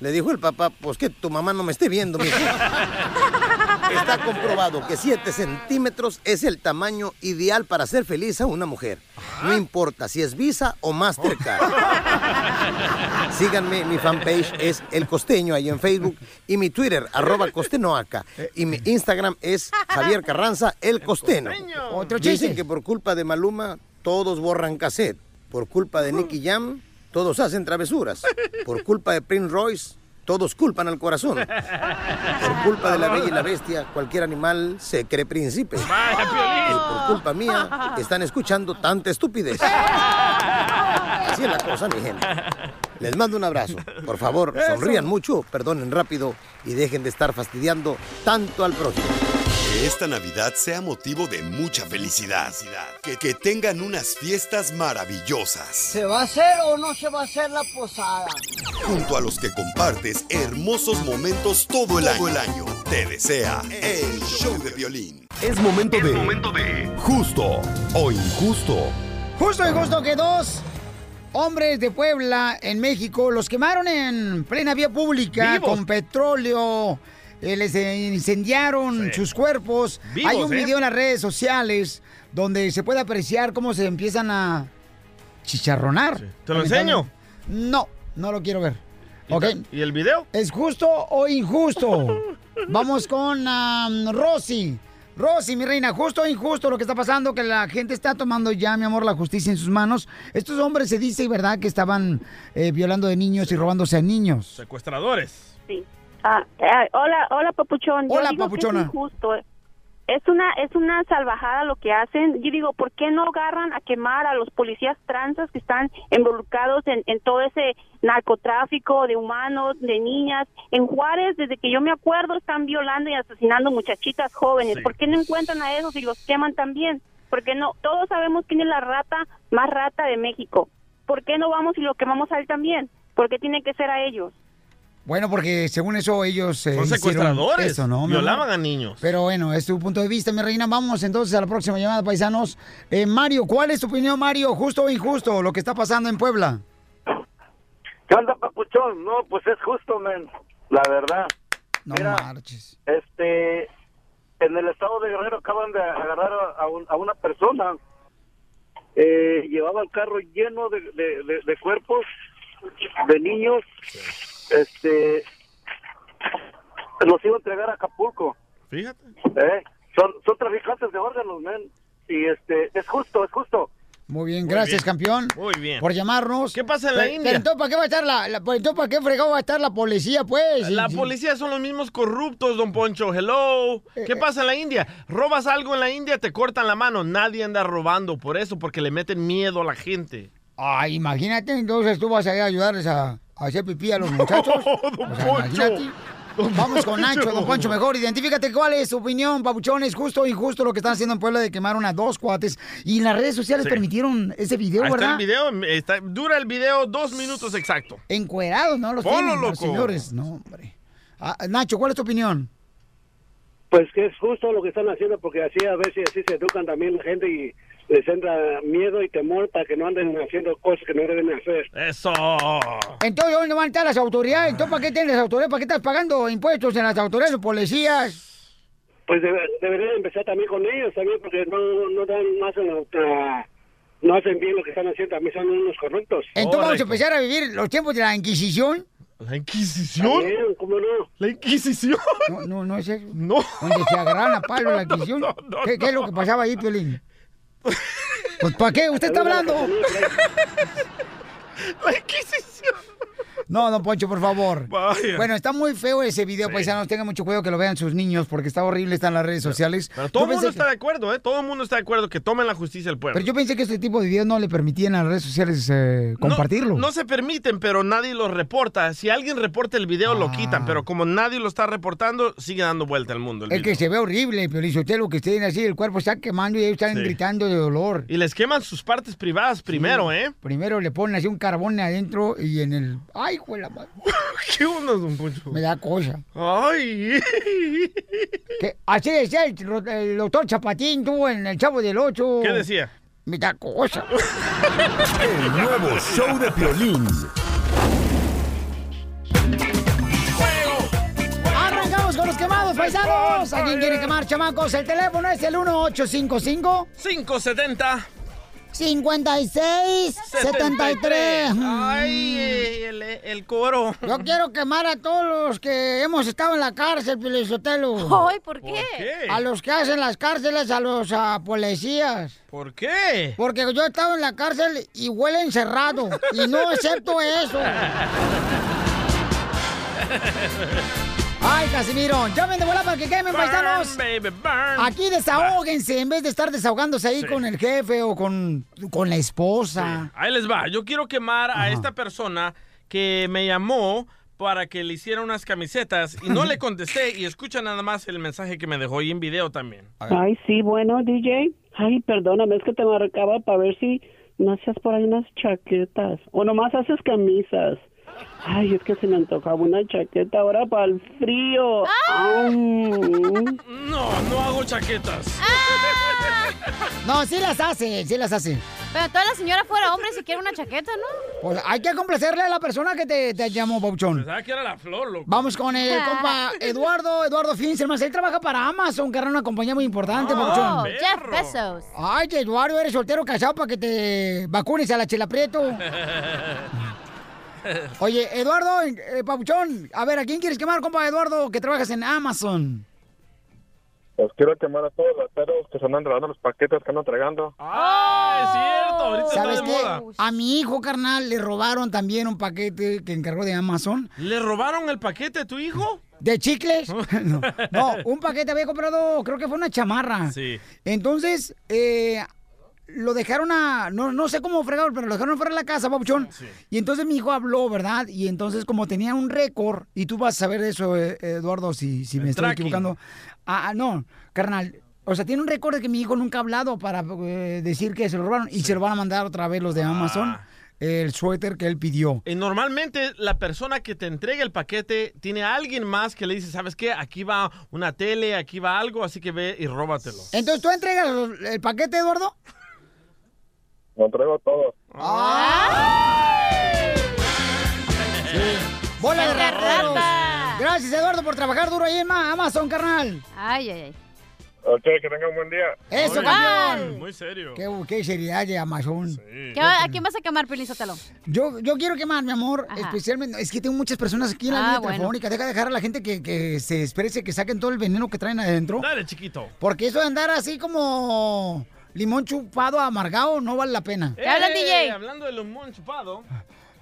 S15: Le dijo el papá, pues que tu mamá no me esté viendo, mijo. Está comprobado que 7 centímetros es el tamaño ideal para hacer feliz a una mujer. No importa si es Visa o Mastercard. Síganme, mi fanpage es El Costeño ahí en Facebook y mi Twitter, arroba Costenoaca. Y mi Instagram es Javier Carranza, El Costeno.
S5: Otro
S15: Dicen
S5: chiste.
S15: que por culpa de Maluma todos borran cassette. Por culpa de Nicky Jam todos hacen travesuras. Por culpa de Prince Royce todos culpan al corazón. Por culpa de la bella y la bestia cualquier animal se cree príncipe. Y por culpa mía están escuchando tanta estupidez. Así es la cosa, mi gente. Les mando un abrazo. Por favor,
S2: Eso.
S15: sonrían mucho, perdonen rápido y dejen de estar fastidiando tanto al prójimo.
S2: Que esta Navidad sea motivo de mucha felicidad. Que, que tengan unas fiestas maravillosas.
S3: ¿Se va a hacer o no se va a hacer la posada?
S2: Junto a los que compartes hermosos momentos todo el año. Te desea el show de violín.
S15: Es momento
S2: de. momento de. Justo o injusto.
S5: Justo y justo que dos hombres de Puebla, en México, los quemaron en plena vía pública
S16: Vivos.
S5: con petróleo. eh, les eh, incendiaron
S16: Sí.
S5: sus cuerpos.
S16: Vivos,
S5: Hay un
S16: ¿eh?
S5: video en las redes sociales donde se puede apreciar cómo se empiezan a chicharronar.
S7: ¿Te lo enseño?
S5: No, no lo quiero ver. Ok.
S7: ¿Y el video?
S5: ¿Es justo o injusto? Vamos con am, Rosy. Rosy, mi reina, justo o injusto lo que está pasando, que la gente está tomando ya, mi amor, la justicia en sus manos. Estos hombres se dice, ¿verdad?, que estaban eh, violando de niños y robándose a niños.
S7: Secuestradores.
S10: Sí. Ah, eh, hola, hola papuchón. Yo
S5: Hola,
S10: digo que
S5: papuchona.
S10: es injusto. Es una es una salvajada lo que hacen. Yo digo, ¿por qué no agarran a quemar a los policías transas que están involucrados en, en todo ese narcotráfico de humanos, de niñas? En Juárez, desde que yo me acuerdo, están violando y asesinando muchachitas jóvenes. ¿Por qué no encuentran a esos y los queman también? Porque no todos sabemos quién es la rata más rata de México. ¿Por qué no vamos y lo quemamos a él también? ¿Por qué tiene que ser a ellos?
S5: Bueno, porque según eso ellos... eh,
S7: Son
S5: hicieron
S7: secuestradores.
S5: eso, ¿no, mi amor?
S7: Violaban a niños.
S5: Pero bueno, es tu punto de vista, mi reina. Vamos entonces a la próxima llamada, paisanos. Eh, Mario, ¿cuál es tu opinión, Mario? ¿Justo o injusto lo que está pasando en Puebla?
S21: ¿Qué onda, papuchón? No, pues es justo, men. La verdad.
S5: No
S21: Mira,
S5: marches.
S21: Este, en el estado de Guerrero acaban de agarrar a, a un- a una persona. Eh, llevaba el carro lleno de, de- de- de cuerpos de niños. Este, los iba a entregar a Acapulco.
S7: Fíjate.
S21: ¿eh? Son, son traficantes de órganos, men. Y este, es justo, es justo.
S5: Muy bien, gracias, campeón.
S21: Muy bien.
S5: Por llamarnos. ¿Qué pasa
S21: en la India?
S5: entonces, ¿para qué va a estar la, la- pues, entonces, ¿para qué fregado va a estar la policía, pues?
S7: La
S5: Sí, sí.
S7: policía son los mismos corruptos, don Poncho. Hello.
S5: Eh,
S7: ¿Qué pasa en la India? Robas algo en la India, te cortan la mano. Nadie anda robando por eso, porque le meten miedo a la gente.
S5: Ay, Ah, imagínate, entonces tú vas a ir a ayudarles a, a hacer pipí a los muchachos. O sea, imagínate. Vamos con Nacho, don Poncho, mejor. Identifícate cuál es tu opinión, papuchón. ¿Es justo o injusto lo que están haciendo en Puebla de quemaron a dos cuates? Y las redes sociales
S7: Sí.
S5: permitieron ese video,
S7: Ahí está
S5: ¿verdad?
S7: el video. está- dura el video dos minutos exacto.
S5: Encuerados, ¿no? Los,
S7: Ponlo,
S5: tienen, los
S7: loco.
S5: señores. No, hombre. Ah, Nacho, ¿cuál es tu opinión?
S27: Pues que es justo lo que están haciendo porque así a veces así se educan también la gente y les entra miedo y temor para que no anden haciendo cosas que no deben hacer.
S7: Eso.
S5: Entonces, ¿dónde van a estar las autoridades? Entonces, ¿para qué tienes las autoridades? ¿Para qué estás pagando impuestos en las autoridades o policías?
S27: Pues debe- deberían empezar también con ellos también porque no, no dan no hacen, ah, no hacen bien lo que están haciendo, también son unos corruptos.
S5: Entonces vamos a empezar a vivir los tiempos de la Inquisición.
S7: ¿La Inquisición?
S27: También, ¿cómo no?
S7: ¿La Inquisición?
S5: No, no, no es eso.
S7: No.
S5: Donde se agarraron a palo la Inquisición. ¿Qué, qué es lo que pasaba ahí, Piolín? Pues, ¿para qué? ¿Usted está hablando?
S7: La Inquisición.
S5: No, don Poncho, por favor.
S7: Vaya.
S5: Bueno, está muy feo ese video, paisanos. Tengan mucho cuidado que lo vean sus niños porque está horrible, está en las redes sociales.
S7: Pero todo
S5: Yo
S7: el
S5: pensé
S7: mundo está de acuerdo, ¿eh? Todo el mundo está de acuerdo que tomen la justicia del pueblo.
S5: Pero yo pensé que este tipo de videos no le permitían a las redes sociales eh, compartirlo.
S7: No se permiten, pero nadie los reporta. Si alguien reporta el video,
S5: Ah.
S7: lo quitan. Pero como nadie lo está reportando, sigue dando vuelta al mundo. el
S5: Es que se ve horrible, pero dice usted lo que estén así, el cuerpo está quemando y ellos están
S7: Sí.
S5: gritando de dolor.
S7: Y les queman sus partes privadas primero, ¿eh?
S5: Primero le ponen así un carbón adentro y en el... ¡Ay, hijo de la madre!
S7: ¿Qué onda, don Poncho?
S5: Me da cosa.
S7: ¡Ay!
S5: Que así decía el, tro- el doctor Chapatín, tú, en El Chavo del Ocho.
S7: ¿Qué decía?
S5: Me da cosa.
S2: El nuevo show de Piolín.
S5: ¡Arrancamos con los quemados, paisanos! ¿A quién quiere quemar, chamacos? El teléfono es el 1855...
S7: 570.
S5: 56, 73.
S7: Ay, el, el coro.
S5: Yo quiero quemar a todos los que hemos estado en la cárcel, Pilisotelo.
S6: Ay, ¿por qué? ¿Por qué?
S5: A los que hacen las cárceles, a los ah, policías.
S7: ¿Por qué?
S5: Porque yo he estado en la cárcel y huele encerrado. y no acepto eso. Ay, Casimiro, llamen de volada para que quemen, paisanos.
S7: Baby, burn.
S5: Aquí desahóguense en vez de estar desahogándose ahí
S7: Sí.
S5: con el jefe o con, con la esposa.
S7: Ahí les va. Yo quiero quemar a esta persona que me llamó para que le hiciera unas camisetas y no le contesté y escucha nada más el mensaje que me dejó y en video también.
S28: Ay, sí, bueno, DJ. Ay, perdóname, es que te marcaba para ver si no hacías por ahí unas chaquetas. O nomás haces camisas.
S11: Ay, es que se me antojaba una chaqueta ahora para el frío. ¡Ah! Am.
S7: No, no hago chaquetas.
S5: No, sí las hace, sí las hace.
S6: Ah, Pero toda la señora fuera hombre si quiere una chaqueta, ¿no?
S5: Pues hay que complacerle a la persona que te, te llamó, Pauchón.
S7: Pensaba que era la flor, loco.
S5: Vamos con el
S6: Ah.
S5: compa Eduardo, Eduardo Finsterman. Él trabaja para Amazon, que era una compañía muy
S7: Ah,
S5: importante,
S6: Oh,
S5: Pauchón.
S6: Jeff Bezos.
S5: Ay, que Eduardo, eres soltero casado para que te vacunes a la chela prieto. Oye, Eduardo, eh, Pauchón, a ver, ¿a quién quieres quemar, compa Eduardo, que trabajas en Amazon?
S17: Los quiero quemar a todos los perros que se andan regalando los paquetes que andan tragando.
S7: ¡Ah, es cierto! Ahorita
S5: ¿Sabes
S7: está de
S5: qué?
S7: moda.
S5: A mi hijo, carnal, le robaron también un paquete que encargó de Amazon.
S7: ¿Le robaron el paquete a tu hijo?
S5: ¿De chicles? No, no, un paquete había comprado, creo que fue una chamarra.
S7: Sí.
S5: Entonces, eh, lo dejaron a. No, no sé cómo fregado, pero lo dejaron fuera de la casa, Papuchón. Y entonces mi hijo habló, ¿verdad? Y entonces, como tenía un récord, y tú vas a saber de eso, eh, Eduardo, si, si me
S29: El
S5: estoy
S29: tracking.
S5: equivocando. Ah, ah, no, carnal. O sea, tiene un récord de que mi hijo nunca ha hablado para eh, decir que se lo robaron y se lo van a mandar otra vez
S29: Ah.
S5: los de Amazon, el suéter que él pidió.
S7: Y eh, normalmente la persona que te entrega el paquete tiene a alguien más que le dice, ¿sabes qué? Aquí va una tele, aquí va algo, así que ve y róbatelo.
S5: Entonces, ¿tú entregas el paquete, Eduardo?
S17: Lo traigo todo.
S5: ¡Bola de rateros! Gracias, Eduardo, por trabajar duro ahí en Ma- Amazon, carnal.
S6: Ay, ay, ay.
S17: Ok, que tengan un buen día.
S5: ¡Eso, campeón!
S7: Muy serio.
S5: Qué, qué seriedad de Amazon.
S6: ¿Qué va- ¿A quién vas a quemar, Pelín Sotelo?
S5: Yo, yo quiero quemar, mi amor,
S6: Ajá.
S5: especialmente. Es que tengo muchas personas aquí en la
S6: Ah,
S5: línea
S6: bueno.
S5: telefónica. Deja de dejar a la gente que, que se exprese, que saquen todo el veneno que traen adentro.
S7: Dale, chiquito.
S5: Porque eso de andar así como limón chupado amargado no vale la pena.
S7: Eh, Hablando de limón chupado.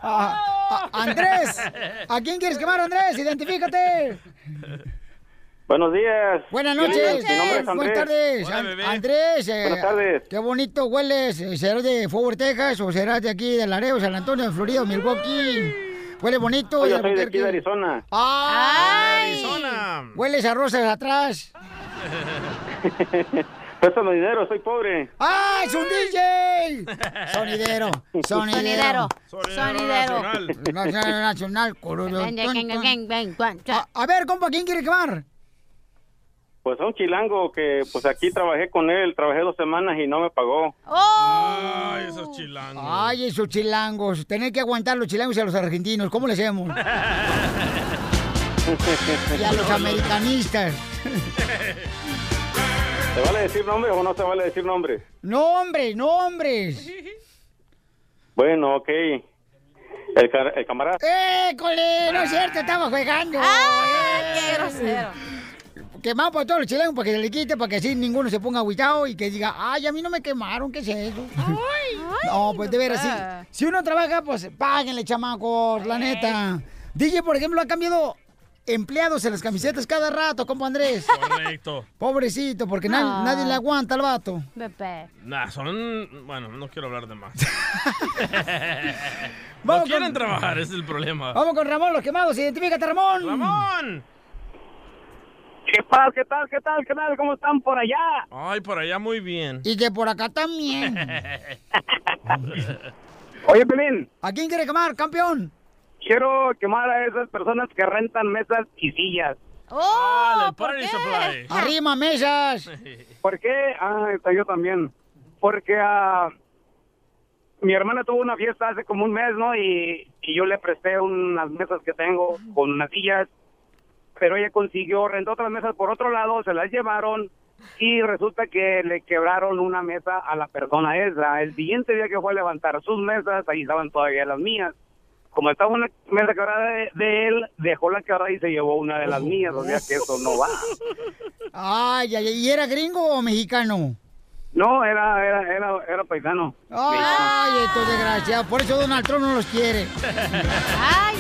S5: Ah, ah, Andrés, ¿a quién quieres quemar, Andrés? Identifícate.
S21: Buenos días.
S5: Buenas
S21: Mi-
S5: noches.
S21: Mi nombre es
S5: Buenas
S21: Andrés.
S5: tardes. An- Andrés, eh,
S21: Buenas tardes.
S5: qué bonito hueles. Eh, ¿Serás de Forward, Texas o serás de aquí, de Laredo, San Antonio, de Florida, Milwaukee? Huele bonito.
S21: Yo
S5: y
S21: soy de aquí
S5: Albuquerque.
S21: de Arizona.
S5: ¡Ay!
S21: Arizona.
S5: Hueles a rosas atrás.
S21: Préstame dinero, soy pobre.
S5: ¡Ay, ¡Ah, es un DJ! Sonidero, sonidero.
S21: Sonidero,
S6: sonidero.
S5: Nacional. Nacional,
S6: Ven, ven, ven, ven, ven, ven.
S5: A, a ver, compa, ¿quién quiere quemar?
S21: Pues un chilango que pues aquí trabajé con él, trabajé dos semanas y no me pagó.
S6: Oh.
S7: Ay, esos chilangos.
S5: Ay, esos chilangos. Tener que aguantar los chilangos y a los argentinos. ¿Cómo le hacemos? Y a los americanistas.
S21: ¿Te vale decir nombres o no te vale decir nombres?
S5: No, hombre, no, hombres.
S21: Bueno, ok. El, car- el camarada.
S5: ¡École! No es cierto, estaba jugando. ¡Ah, qué grosero! Quemado por todos los chilangos para que se le quite, para que así ninguno se ponga agüitado y que diga, ay, a mí no me quemaron, ¿qué es eso? no, pues de veras, sí. si uno trabaja, pues páguenle, chamacos, la neta. DJ, por ejemplo, ha cambiado empleados en las camisetas cada rato, compa Andrés.
S7: Correcto.
S5: Pobrecito, porque na-
S6: Ah.
S5: nadie le aguanta al vato.
S6: Bebé.
S7: Nah, son... Bueno, no quiero hablar de más. no quieren trabajar, ese es el problema.
S5: Vamos con Ramón, los quemados, identifícate, Ramón.
S7: ¡Ramón!
S13: ¿Qué tal, qué tal, qué tal, qué tal? ¿Cómo están por allá?
S7: Ay, por allá muy bien.
S5: Y que por acá también.
S13: Oye, Pelín.
S5: ¿A quién quiere quemar, campeón?
S13: Quiero quemar a esas personas que rentan mesas y sillas.
S7: ¡Oh! Party Supply.
S5: ¡Arrima mesas!
S13: ¿Por qué? Ah, está yo también. Porque ah, mi hermana tuvo una fiesta hace como un mes, ¿no? Y, y yo le presté unas mesas que tengo con unas sillas. Pero ella consiguió, rentó otras mesas por otro lado, se las llevaron. Y resulta que le quebraron una mesa a la persona esa. El siguiente día que fue a levantar sus mesas, ahí estaban todavía las mías. Como estaba una mesa quebrada de, de él, dejó la quebrada y se llevó una de las mías. O sea que eso no va.
S5: Ay, ay, ay, ¿y era gringo o mexicano?
S13: No, era, era, era, era paisano.
S5: Oh, Ay, estos desgraciados, por eso Donald Trump no los quiere. Ay.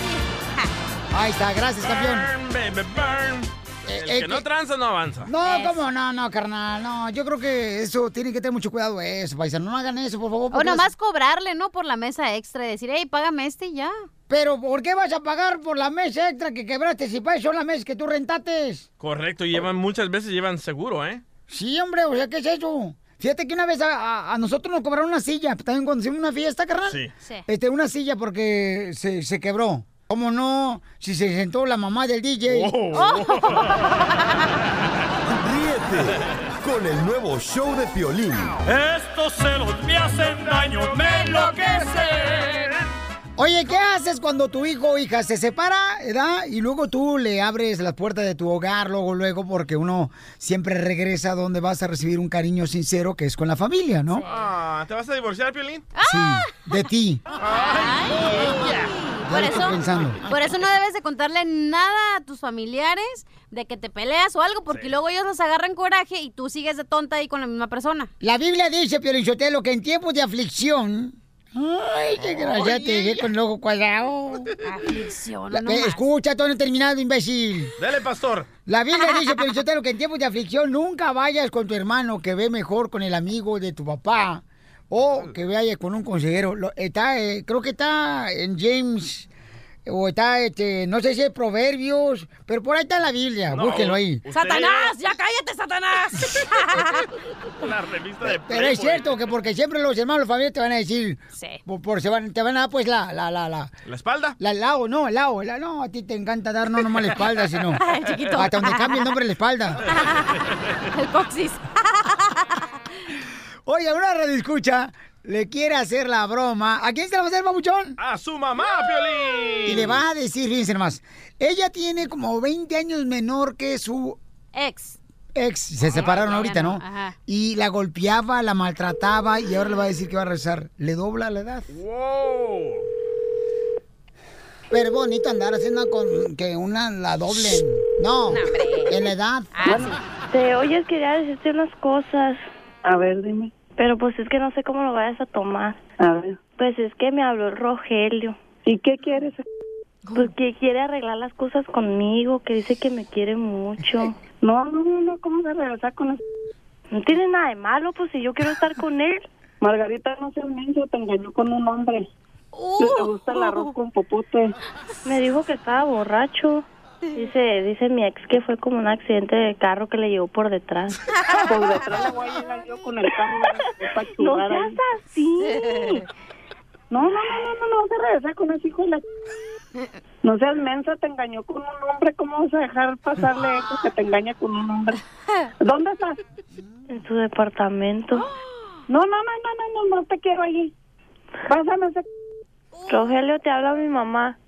S5: Ahí está, gracias, campeón.
S7: Burn, baby, burn. El
S5: eh,
S7: que no
S5: que-
S7: tranza no avanza.
S5: No, ¿cómo? No, no, carnal, no. Yo creo que eso tiene que tener mucho cuidado eso, paisano. No hagan eso, por favor.
S6: O
S5: porque
S6: nomás
S5: vas-
S6: cobrarle, ¿no? Por la mesa extra y decir, hey, págame este y ya.
S5: Pero, ¿por qué vas a pagar por la mesa extra que quebraste si pa' eso son las mesas que tú rentaste?
S7: Correcto, y llevan muchas veces llevan seguro, ¿eh?
S5: Sí, hombre, o sea, ¿qué es eso? Fíjate que una vez a, a- a nosotros nos cobraron una silla, también cuando hicimos una fiesta, carnal.
S7: Sí.
S6: Sí.
S5: Este, una silla porque se, se quebró. ¿Cómo no? Si se sentó la mamá del DJ.
S6: Oh.
S2: Ríete con el nuevo show de Piolín.
S16: Estos celos me hacen daño, me enloquecen.
S5: Oye, ¿qué haces cuando tu hijo o hija se separa, edad? Y luego tú le abres las puertas de tu hogar, luego, luego, porque uno siempre regresa a donde vas a recibir un cariño sincero, que es con la familia, ¿no?
S7: Ah, ¿Te vas a divorciar, Piolín?
S5: Sí,
S7: Ah.
S5: de ti.
S6: Por
S5: Ya lo estoy
S6: eso,
S5: pensando.
S6: por eso no debes de contarle nada a tus familiares de que te peleas o algo, porque luego ellos los agarran coraje y tú sigues de tonta ahí con la misma persona.
S5: La Biblia dice, Piolín Sotelo, que en tiempos de aflicción... Ay, qué gracia, te dejé con el ojo cuadrado.
S6: Aflicción,
S5: La-
S6: no
S5: eh,
S6: más.
S5: escucha, todo no he terminado, imbécil.
S7: Dale, pastor.
S5: La Biblia dice, Piolín Sotelo, que en tiempos de aflicción nunca vayas con tu hermano que ve mejor con el amigo de tu papá o que vayas con un consejero. Lo- está, eh, creo que está en James o está, este, no sé si es Proverbios, pero por ahí está la Biblia,
S16: No,
S5: búsquenlo ahí.
S16: usted-
S6: ¡Satanás! ¡Ya cállate, Satanás!
S16: La revista de
S5: Pero es
S16: Playboy.
S5: cierto que porque siempre los hermanos, los familiares te van a decir,
S6: sí.
S5: por, por- se van, te van a dar pues la, la, la, la.
S7: ¿La espalda?
S5: La, la o no, la o, la, no, a ti te encanta dar no nomás la espalda, sino
S6: Ay, chiquito.
S5: hasta donde cambie el nombre de la espalda.
S6: El coxis.
S5: Oye, una radio escucha, le quiere hacer la broma. ¿A quién se la va a hacer, babuchón?
S7: A su mamá, Piolín.
S5: Y le va a decir, fíjense nomás, ella tiene como 20 años menor que su
S6: ex.
S5: Ex, se separaron ahorita, ¿no?
S6: Ajá.
S5: Y la golpeaba, la maltrataba y ahora le va a decir que va a regresar. Le dobla la edad.
S7: ¡Wow!
S5: Pero es bonito andar haciendo con que una la doblen. No, en la edad.
S6: Ah,
S10: Te oyes, quería decirte unas cosas.
S11: A ver, dime.
S10: Pero pues es que no sé cómo lo vayas a tomar.
S11: A ver.
S10: Pues es que me habló el Rogelio.
S11: ¿Y qué quieres?
S10: Pues que quiere arreglar las cosas conmigo, que dice que me quiere mucho. No, no, no, no, ¿cómo de regresar con eso? No tiene nada de malo, pues si yo quiero estar con él.
S11: Margarita, no seas menso, te engañó con un hombre. Si te gusta el arroz con popote.
S10: Oh. Me dijo que estaba borracho. Dice, dice mi ex que fue como un accidente de carro que le llegó por detrás.
S11: Por detrás le voy a llegar yo con el carro. para
S10: No
S11: churrar ahí.
S10: seas así.
S11: No, no, no, no, no, no vas a regresar con ese hijo de la... No seas mensa, te engañó con un hombre. ¿Cómo vas a dejar pasarle eso que te engaña con un hombre? ¿Dónde estás?
S10: En su departamento.
S11: No, no, no, no, no, no, no te quiero ahí. Pásame ese...
S10: Oh. Rogelio, te habla mi mamá.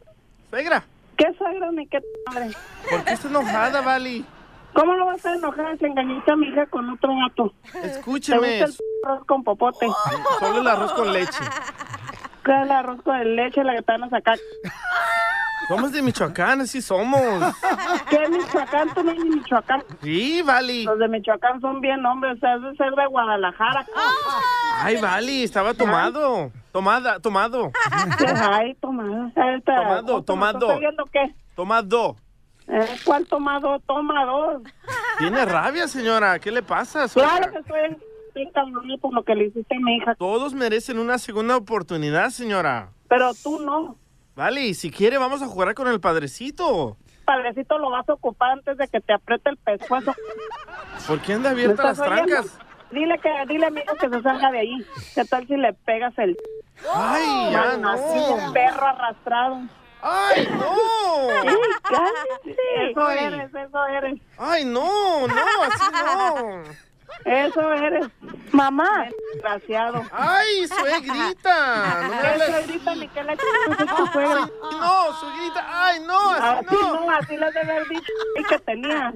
S7: Suegra.
S11: ¿Qué suegro ni qué madre?
S7: ¿Por qué está enojada, Vali?
S11: ¿Cómo lo vas a enojar si engañaste a mi hija con otro gato?
S7: Escúcheme.
S11: ¿Te gusta el arroz con popote?
S7: Solo el arroz con leche.
S11: ¿Qué es el arroz con leche la que te van a sacar?
S7: Somos de Michoacán, así somos.
S11: ¿Qué es Michoacán? Tú no eres de Michoacán.
S7: Sí, Vali.
S11: Los de Michoacán son bien hombres, o sea, has de ser de Guadalajara.
S7: Ah, Ay, Vali, estaba tomado. Tomada, tomado.
S11: Ay, tomado. Esta-
S7: Tomado,
S11: ¿cómo
S7: tomado.
S11: ¿Estás viendo qué?
S7: Tomado.
S11: Eh, ¿Cuál tomado? Tomado.
S7: Tiene rabia, señora. ¿Qué le pasa? suegra?
S11: Claro que estoy bien cabrón por lo que le hiciste a mi hija,
S7: Todos merecen una segunda oportunidad, señora.
S11: pero tú no.
S7: Vali, si quiere, vamos a jugar con el padrecito.
S11: Padrecito, lo vas a ocupar antes de que te apriete el pescuezo.
S7: ¿Por qué anda
S11: ¿Me
S7: abierta las
S11: estás oyendo?
S7: trancas?
S11: Dile que, dile amigo que se salga de ahí. ¿Qué tal si le pegas el
S7: Ay, ya no.
S11: Malnacido, perro arrastrado?
S7: Ay, no.
S11: Ey, cállate. Eso
S7: Ay.
S11: eres, eso eres.
S7: Ay, no, no, así no.
S11: Eso eres. Mamá. Desgraciado.
S7: Ay, suegrita. No me hables.
S11: Suegrita, ni que le chupas a tu suegra.
S7: No, suegrita. Ay, no, así
S11: Así
S7: Ah, no.
S11: Ah, no, así les debe haber dicho y que tenías.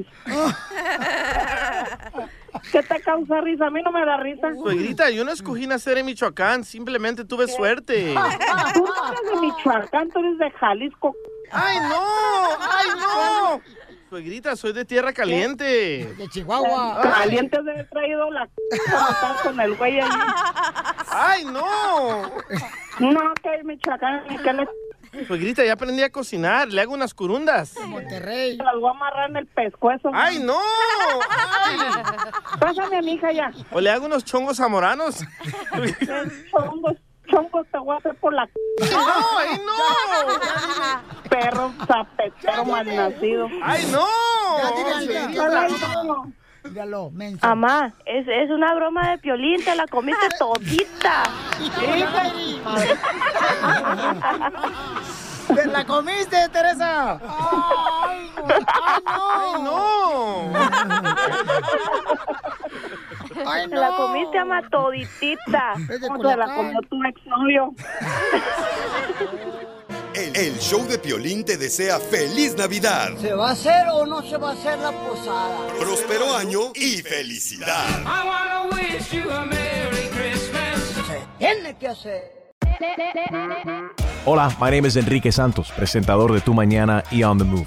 S11: ¿Qué te causa risa? A mí no me da risa.
S7: Suegrita, Pues yo no escogí nacer en Michoacán, simplemente tuve suerte.
S11: Tú no eres de Michoacán, tú eres de Jalisco.
S7: ¡Ay, no! ¡Ay, no! Suegrita, soy de tierra caliente.
S5: De
S11: Calientes de haber traído la c- para estar con el güey ahí.
S7: ¡Ay, no!
S11: No, que hay Michoacán, ni que le
S7: Suegrita, ya aprendí a cocinar, le hago unas curundas.
S5: Monterrey.
S11: Las voy a amarrar en el pescuezo.
S7: ¡Ay, no!
S11: Pásame a mi hija ya.
S7: O le hago unos chongos zamoranos.
S11: Chongos, chongos te voy a hacer por la c-
S7: ¡No, ay, no!
S11: perro zapetero malnacido.
S7: ¡Ay, no!
S11: Ay, no.
S5: Míralo, menso.
S10: Mamá, es, es una broma de piolín, te la comiste todita.
S11: Hijo de tu madre.
S5: ¡Te la comiste, Teresa! ¡Ay, no!
S11: Ay, no. Te la comiste, ama, toditita. O sea, la comió tu exnovio.
S2: El, el show de Piolín te desea feliz Navidad,
S3: ¿Se va a hacer o no se va a hacer la posada?
S2: próspero año y felicidad.
S3: Tiene que hacer.
S14: Hola, my name is Enrique Santos, presentador de Tu Mañana y On the Move.